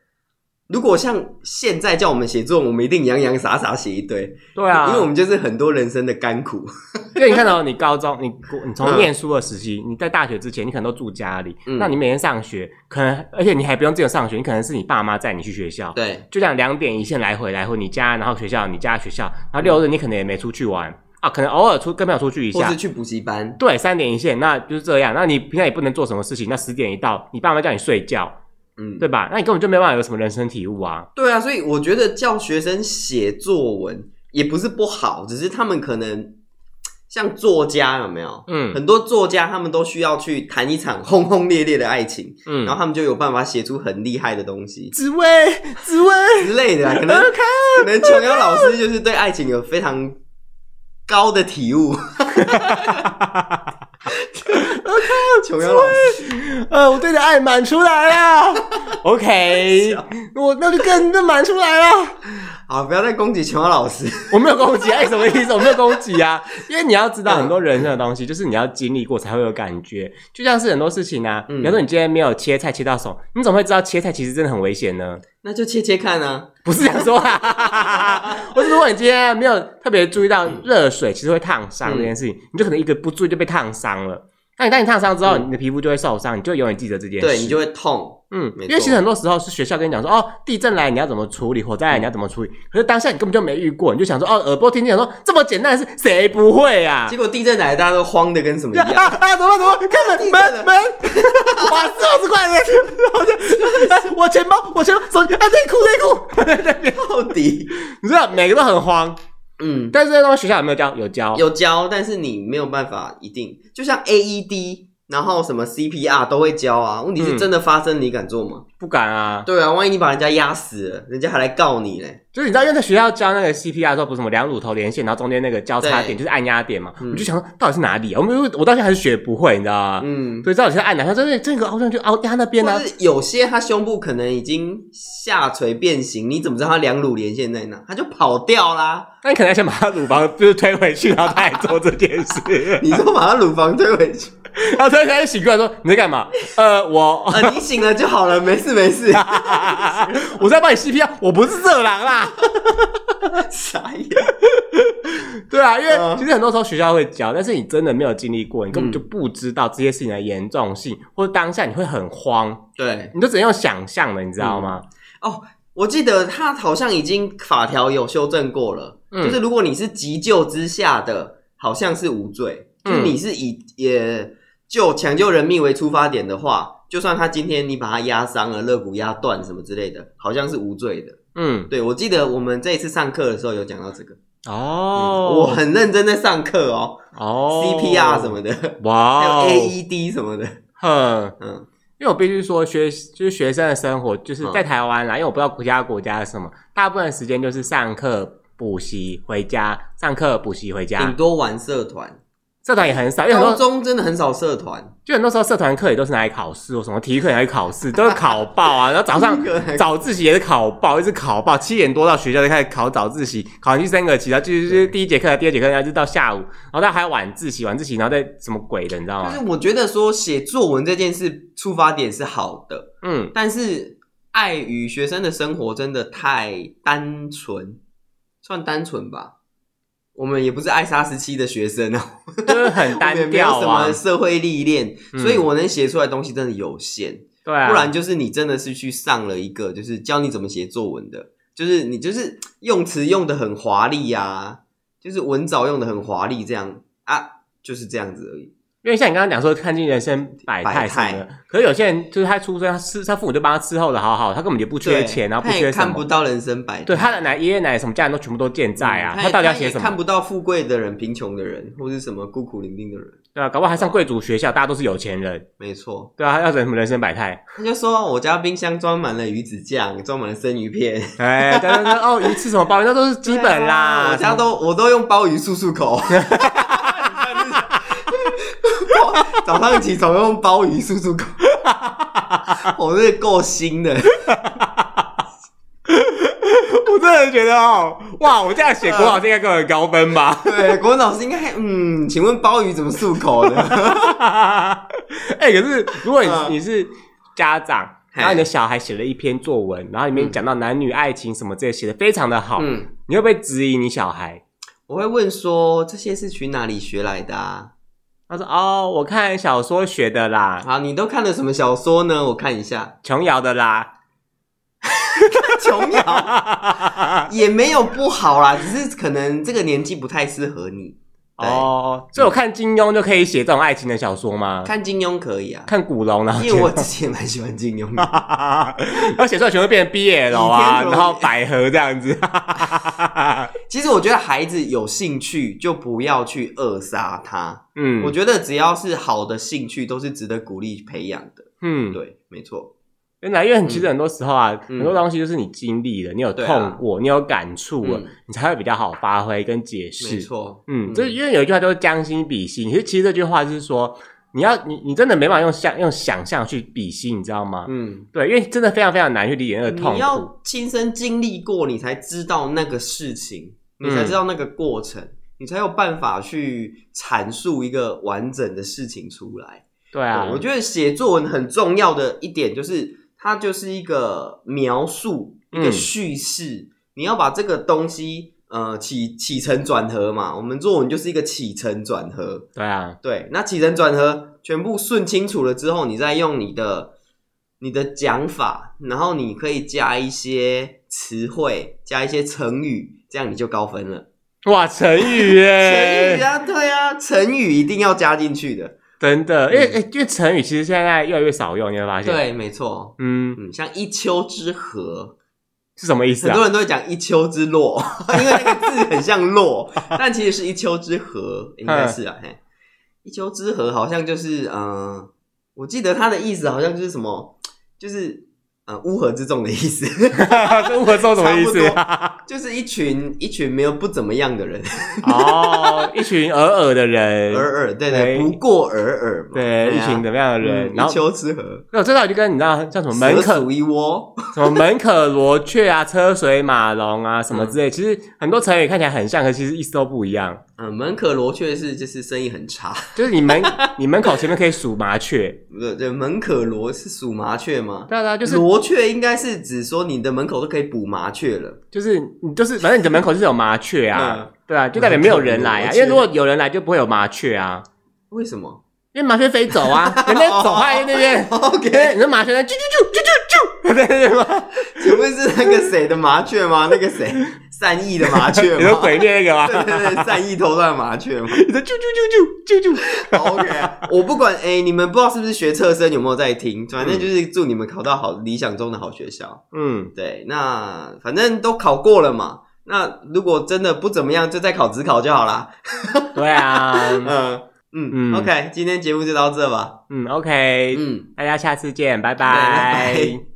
[SPEAKER 2] 如果像现在叫我们写作文，我们一定洋洋洒洒写一堆，
[SPEAKER 1] 对啊，
[SPEAKER 2] 因为我们就是很多人生的甘苦。
[SPEAKER 1] 因为你看到你高中，你国你从
[SPEAKER 2] 嗯
[SPEAKER 1] 念书的时期，你在大学之前，你可能都住家里，
[SPEAKER 2] 嗯
[SPEAKER 1] 那你每天上学，可能而且你还不用自己上学，你可能是你爸妈载你去学校，
[SPEAKER 2] 对，
[SPEAKER 1] 就这样两点一线来回来回，你家然后学校，你家学校，然后六日你可能也没出去玩啊，可能偶尔出跟朋友出去一
[SPEAKER 2] 或
[SPEAKER 1] 下
[SPEAKER 2] 是，去补习班，
[SPEAKER 1] 对，三点一线，那就是这样。那你平常也不能做什么事情，那十点一到，你爸妈叫你睡觉，
[SPEAKER 2] 嗯，
[SPEAKER 1] 对吧？那你根本就没办法有什么人生体悟啊。
[SPEAKER 2] 对啊，所以我觉得教学生写作文也不是不好，只是他们可能像作家有没有？
[SPEAKER 1] 嗯
[SPEAKER 2] 很多作家他们都需要去谈一场轰轰烈烈的爱情，
[SPEAKER 1] 嗯，
[SPEAKER 2] 然后他们就有办法写出很厉害的东西
[SPEAKER 1] 紫薇，紫薇
[SPEAKER 2] 之类的啦。啊 可能
[SPEAKER 1] ，OK，
[SPEAKER 2] 可能琼瑶老师就是对爱情有非常高的体悟。 琼瑶老师，
[SPEAKER 1] 呃，我对你的爱满出 来了，OK，我那就更那满出来了。
[SPEAKER 2] 好，不要再攻击琼瑶老师。
[SPEAKER 1] 我没有攻击，哎，什么意思？我没有攻击 啊，因为你要知道
[SPEAKER 2] 嗯
[SPEAKER 1] 很多人生的东西，就是你要经历过才会有感觉。就像是很多事情啊，
[SPEAKER 2] 嗯
[SPEAKER 1] 比如说你今天没有切菜切到手，你怎么会知道切菜其实真的很危险呢？
[SPEAKER 2] 那就切切看啊。
[SPEAKER 1] 不是这样说 啊，或是如果你今天没有特别注意到热水其实会烫伤这件事情，你就可能一个不注意就被烫伤了。那你当你烫伤之后，
[SPEAKER 2] 嗯
[SPEAKER 1] 你的皮肤就会受伤，你就永远记得这件事。
[SPEAKER 2] 对你就会痛。
[SPEAKER 1] 嗯，
[SPEAKER 2] 没
[SPEAKER 1] 因为其
[SPEAKER 2] 错
[SPEAKER 1] 实很多时候是学校跟你讲说，哦，地震来你要怎么处理，火灾来
[SPEAKER 2] 嗯
[SPEAKER 1] 你要怎么处理，可是当下你根本就没遇过，你就想说，哦，耳朵听见说这么简单的事谁不会啊？
[SPEAKER 2] 结果地震来，大家都慌的跟什么一
[SPEAKER 1] 啊
[SPEAKER 2] 样。
[SPEAKER 1] 啊！怎么怎么？开门
[SPEAKER 2] 地震了
[SPEAKER 1] 门门！哇，四五十块钱，然后就哎我钱包，我钱包，手机，啊，内裤内裤，
[SPEAKER 2] 到底，
[SPEAKER 1] 你知道每个都很慌，
[SPEAKER 2] 嗯，
[SPEAKER 1] 但是那东西学校有没有教？有教，
[SPEAKER 2] 有教，但是你没有办法一定，就像 AED，然后什么 CPR 都会教啊。问题是
[SPEAKER 1] 嗯
[SPEAKER 2] 真的发生，你敢做吗？
[SPEAKER 1] 不敢啊。
[SPEAKER 2] 对啊，万一你把人家压死了，人家还来告你嘞。
[SPEAKER 1] 就是你知道，因为在学校教那个 CPR 的时候，不是什么两乳头连线，然后中间那个交叉
[SPEAKER 2] 对
[SPEAKER 1] 点就是按压点嘛，
[SPEAKER 2] 嗯
[SPEAKER 1] 我就想说到底是哪里啊？我们我到现在还是学不会，你知道吗？
[SPEAKER 2] 嗯，
[SPEAKER 1] 所以到底是按哪？他说哎这这个凹上去凹压那边呢、
[SPEAKER 2] 或
[SPEAKER 1] 啊？
[SPEAKER 2] 是有些他胸部可能已经下垂变形，你怎么知道他两乳连线在哪？他就跑掉啦。
[SPEAKER 1] 那你可能要先把他乳房就是推回去，然后他来做这件 事，
[SPEAKER 2] 你说把他乳房推回去，
[SPEAKER 1] 然后突然间醒过来说你在干嘛？呃，我
[SPEAKER 2] 啊，你醒了就好了，没事没事。
[SPEAKER 1] 我在帮你 CPR，我不是色狼啦。
[SPEAKER 2] 傻眼。
[SPEAKER 1] 对啊，因为
[SPEAKER 2] 嗯
[SPEAKER 1] 其实很多时候学校会教，但是你真的没有经历过，你根本就不知道这些事情的严重性，或者当下你会很慌，
[SPEAKER 2] 对，
[SPEAKER 1] 你就只能用想象了，你知道吗？
[SPEAKER 2] 我记得他好像已经法条有修正过了，
[SPEAKER 1] 嗯
[SPEAKER 2] 就是如果你是急救之下的，好像是无罪，
[SPEAKER 1] 嗯
[SPEAKER 2] 就是你是以也就抢救人命为出发点的话，就算他今天你把他压伤了，肋骨压断什么之类的，好像是无罪的。
[SPEAKER 1] 嗯，
[SPEAKER 2] 对，我记得我们这一次上课的时候有讲到这个，
[SPEAKER 1] 哦，
[SPEAKER 2] 我很认真在上课哦
[SPEAKER 1] 哦
[SPEAKER 2] CPR 什么的，还
[SPEAKER 1] 哇哦，
[SPEAKER 2] 有 E AED 什么的，
[SPEAKER 1] 哼。
[SPEAKER 2] 嗯，
[SPEAKER 1] 因为我必须说学，就是学生的生活，就是在台湾啦，因为我不知道其他国家是什么，大部分时间就是上课、补习、回家，上课、补习、回
[SPEAKER 2] 顶
[SPEAKER 1] 家。
[SPEAKER 2] 多玩社团，
[SPEAKER 1] 社团也很少，因为很
[SPEAKER 2] 嗯高
[SPEAKER 1] 多
[SPEAKER 2] 中真的很少社团，
[SPEAKER 1] 就很多时候社团课也都是拿来考试，或什么体育课也拿来考试，都是考爆啊。然后早上
[SPEAKER 2] 体育课拿来
[SPEAKER 1] 早自习也是考爆，一直考爆，七点多到学校就开始考早自习，考完去升个旗，然后就是就是第一节课、啊第二节课，然后就到下午，然后到还有晚自习，晚自习然后再什么鬼的，你知道
[SPEAKER 2] 但
[SPEAKER 1] 吗？
[SPEAKER 2] 是我觉得说写作文这件事出发点是好的，
[SPEAKER 1] 嗯，
[SPEAKER 2] 但是碍于学生的生活真的太单纯，算单纯吧。我们也不是爱莎时期的学生啊，
[SPEAKER 1] 就是很
[SPEAKER 2] 我们也
[SPEAKER 1] 单
[SPEAKER 2] 没有
[SPEAKER 1] 调
[SPEAKER 2] 什
[SPEAKER 1] 啊
[SPEAKER 2] 么，社会历练，
[SPEAKER 1] 嗯
[SPEAKER 2] 所以我能写出来的东西真的有限。
[SPEAKER 1] 对啊，
[SPEAKER 2] 不然就是你真的是去上了一个，就是教你怎么写作文的，就是你就是用词用的很华丽呀、就是文藻用的很华丽，这样啊，就是这样子而已。
[SPEAKER 1] 因为像你刚刚讲说看尽人生百态什么的，可是有些人就是他出生，他吃他父母就帮他伺候的好好，他根本就不缺
[SPEAKER 2] 对
[SPEAKER 1] 钱，然后不
[SPEAKER 2] 他也
[SPEAKER 1] 缺什
[SPEAKER 2] 看不
[SPEAKER 1] 么。
[SPEAKER 2] 到人生百态，
[SPEAKER 1] 对他的奶爷爷奶奶什么家人都全部都健在啊，
[SPEAKER 2] 嗯
[SPEAKER 1] 他
[SPEAKER 2] 也
[SPEAKER 1] 到底要写
[SPEAKER 2] 也
[SPEAKER 1] 什
[SPEAKER 2] 看
[SPEAKER 1] 么？
[SPEAKER 2] 不到富贵的人、贫穷的人，或是什么孤苦伶仃的人。
[SPEAKER 1] 对啊，搞不好还上贵族学校，大家都是有钱人，
[SPEAKER 2] 没错，
[SPEAKER 1] 对啊，他要什么人生百态？
[SPEAKER 2] 他就说我家冰箱装满了鱼子酱，装满了生鱼片，
[SPEAKER 1] 哎，对对对，哦，鱼吃什么啊鲍鱼那都是 基本啦，
[SPEAKER 2] 啊我家都我都用鲍鱼漱漱 口。你看这早上起床用鲍鱼漱漱口，我是够新的，
[SPEAKER 1] 我真的觉得哦，哇，我这样写国老师应该给我很高分吧？
[SPEAKER 2] 对，国文老师应该嗯，请问鲍鱼怎么漱口 呢？
[SPEAKER 1] 哎、可是如果你、
[SPEAKER 2] 嗯
[SPEAKER 1] 你是家长，
[SPEAKER 2] 嘿
[SPEAKER 1] 然后你的小孩写了一篇作文，然后里面讲到男女爱情什么这些，写的非常的好，
[SPEAKER 2] 嗯，
[SPEAKER 1] 你会不会质疑你小孩？
[SPEAKER 2] 我会问说这些是去哪里学来的啊？
[SPEAKER 1] 他说：“哦，我看小说学的啦，
[SPEAKER 2] 好，你都看了什么小说呢？我看一下，
[SPEAKER 1] 琼瑶的啦。
[SPEAKER 2] 琼瑶也没有不好啦，只是可能这个年纪不太适合你。
[SPEAKER 1] 哦，所以我看金庸就可以写这种爱情的小说吗？
[SPEAKER 2] 看金庸可以啊，
[SPEAKER 1] 嗯看古龙，然后
[SPEAKER 2] 因为我自己也蛮喜欢金庸的，
[SPEAKER 1] 然后写出来全部变成 BL 啊，
[SPEAKER 2] 倚天屠龙
[SPEAKER 1] 然后百合这样 子，
[SPEAKER 2] 其实我觉得孩子有兴趣就不要去扼杀他，
[SPEAKER 1] 嗯，
[SPEAKER 2] 我觉得只要是好的兴趣都是值得鼓励培养的。
[SPEAKER 1] 嗯，
[SPEAKER 2] 对，没错，
[SPEAKER 1] 真的，因为很其实很多时候啊，
[SPEAKER 2] 嗯
[SPEAKER 1] 很多东西就是你经历了，你有
[SPEAKER 2] 对
[SPEAKER 1] 痛
[SPEAKER 2] 啊
[SPEAKER 1] 过，你有感触了，
[SPEAKER 2] 嗯
[SPEAKER 1] 你才会比较好发挥跟解释。
[SPEAKER 2] 没错，
[SPEAKER 1] 嗯，
[SPEAKER 2] 嗯
[SPEAKER 1] 这因为有一句话叫做“将心比心”，其实其实这句话就是说，你要你你真的没办法用想用想象去比心，你知道吗？
[SPEAKER 2] 嗯，
[SPEAKER 1] 对，因为真的非常非常难去理啊解那个痛
[SPEAKER 2] 你
[SPEAKER 1] 苦。
[SPEAKER 2] 要亲身经历过，你才知道那个事情，
[SPEAKER 1] 嗯
[SPEAKER 2] 你才知道那个过程，你才有办法去阐述一个完整的事情出来。
[SPEAKER 1] 对啊，
[SPEAKER 2] 对我觉得写作文很重要的一点就是，它就是一个描述，一
[SPEAKER 1] 嗯
[SPEAKER 2] 个叙事，你要把这个东西。呃，起起承转合嘛，我们作文就是一个起承转合。
[SPEAKER 1] 对啊，
[SPEAKER 2] 对，那起承转合全部顺清楚了之后，你再用你的你的讲法，然后你可以加一些词汇，加一些成语，这样你就高分了。
[SPEAKER 1] 哇，成语耶，
[SPEAKER 2] 成语啊，对啊，成语一定要加进去的。
[SPEAKER 1] 真的，因为、
[SPEAKER 2] 嗯
[SPEAKER 1] 诶因为成语其实现在越来越少用，你会发现，，
[SPEAKER 2] 对，没错。
[SPEAKER 1] 嗯，
[SPEAKER 2] 嗯，像一丘之貉，
[SPEAKER 1] 是什么意思
[SPEAKER 2] 很
[SPEAKER 1] 啊
[SPEAKER 2] 多？人都会讲一丘之貉， 因为那个字很像落，但其实是一丘之貉，应该是啊。
[SPEAKER 1] 嗯
[SPEAKER 2] 嘿，一丘之貉好像就是嗯、呃我记得它的意思好像就是什么，就是呃乌合之众的 意思，
[SPEAKER 1] 这我说什么意 思？啊
[SPEAKER 2] 就是一群一群没有不怎么样的人，
[SPEAKER 1] 哎哦，一群尔尔的人，
[SPEAKER 2] 尔尔，对
[SPEAKER 1] 哎
[SPEAKER 2] 对，不过尔尔嘛，
[SPEAKER 1] 对，一群
[SPEAKER 2] 的
[SPEAKER 1] 怎么样的人？然
[SPEAKER 2] 一
[SPEAKER 1] 后
[SPEAKER 2] 丘之貉，
[SPEAKER 1] 那我这道就跟你知道像什么门
[SPEAKER 2] 蛇
[SPEAKER 1] 可
[SPEAKER 2] 鼠一窝，
[SPEAKER 1] 什么门可罗雀啊、车水马龙啊什么之类，其实很多成语看起来很像，可其实意思都不一样。
[SPEAKER 2] 嗯，门可罗雀是就是生意很差，
[SPEAKER 1] 就是你门 你门口前面可以数麻雀，
[SPEAKER 2] 对对，门可罗是属麻雀吗？
[SPEAKER 1] 对啊对啊，就是
[SPEAKER 2] 罗雀应该是指说你的门口都可以捕麻雀了，
[SPEAKER 1] 就是你就是反正你的门口就是有麻雀啊
[SPEAKER 2] 嗯，
[SPEAKER 1] 对啊，就代表没有人来
[SPEAKER 2] 门
[SPEAKER 1] 啊，
[SPEAKER 2] 口
[SPEAKER 1] 因为
[SPEAKER 2] 有麻雀
[SPEAKER 1] 如果有人来就不会有麻雀啊。
[SPEAKER 2] 为什么
[SPEAKER 1] 因为麻雀飞走 啊，人家走在那边，
[SPEAKER 2] ？OK，
[SPEAKER 1] 你说麻雀在啾啾啾啾啾啾， 对对对吗？
[SPEAKER 2] 请问是那个谁的麻雀吗？那个谁，善意的麻雀
[SPEAKER 1] 你说
[SPEAKER 2] 吗？
[SPEAKER 1] 鬼灭那个吗？
[SPEAKER 2] 对对对，善意头上的麻雀吗
[SPEAKER 1] 你说啾啾啾啾啾啾，
[SPEAKER 2] 好？OK，我不管，哎、你们不知道是不是学测生有没有在听，反正就是祝你们考到好理想中的好学校。
[SPEAKER 1] 嗯，
[SPEAKER 2] 对，那反正都考过了嘛，那如果真的不怎么样，就再考职考就好啦。
[SPEAKER 1] 对啊，
[SPEAKER 2] 嗯嗯
[SPEAKER 1] 嗯
[SPEAKER 2] o k 今天节目就到这吧。
[SPEAKER 1] 嗯，OK，
[SPEAKER 2] 嗯，
[SPEAKER 1] 大家下次见，拜
[SPEAKER 2] 拜拜
[SPEAKER 1] 拜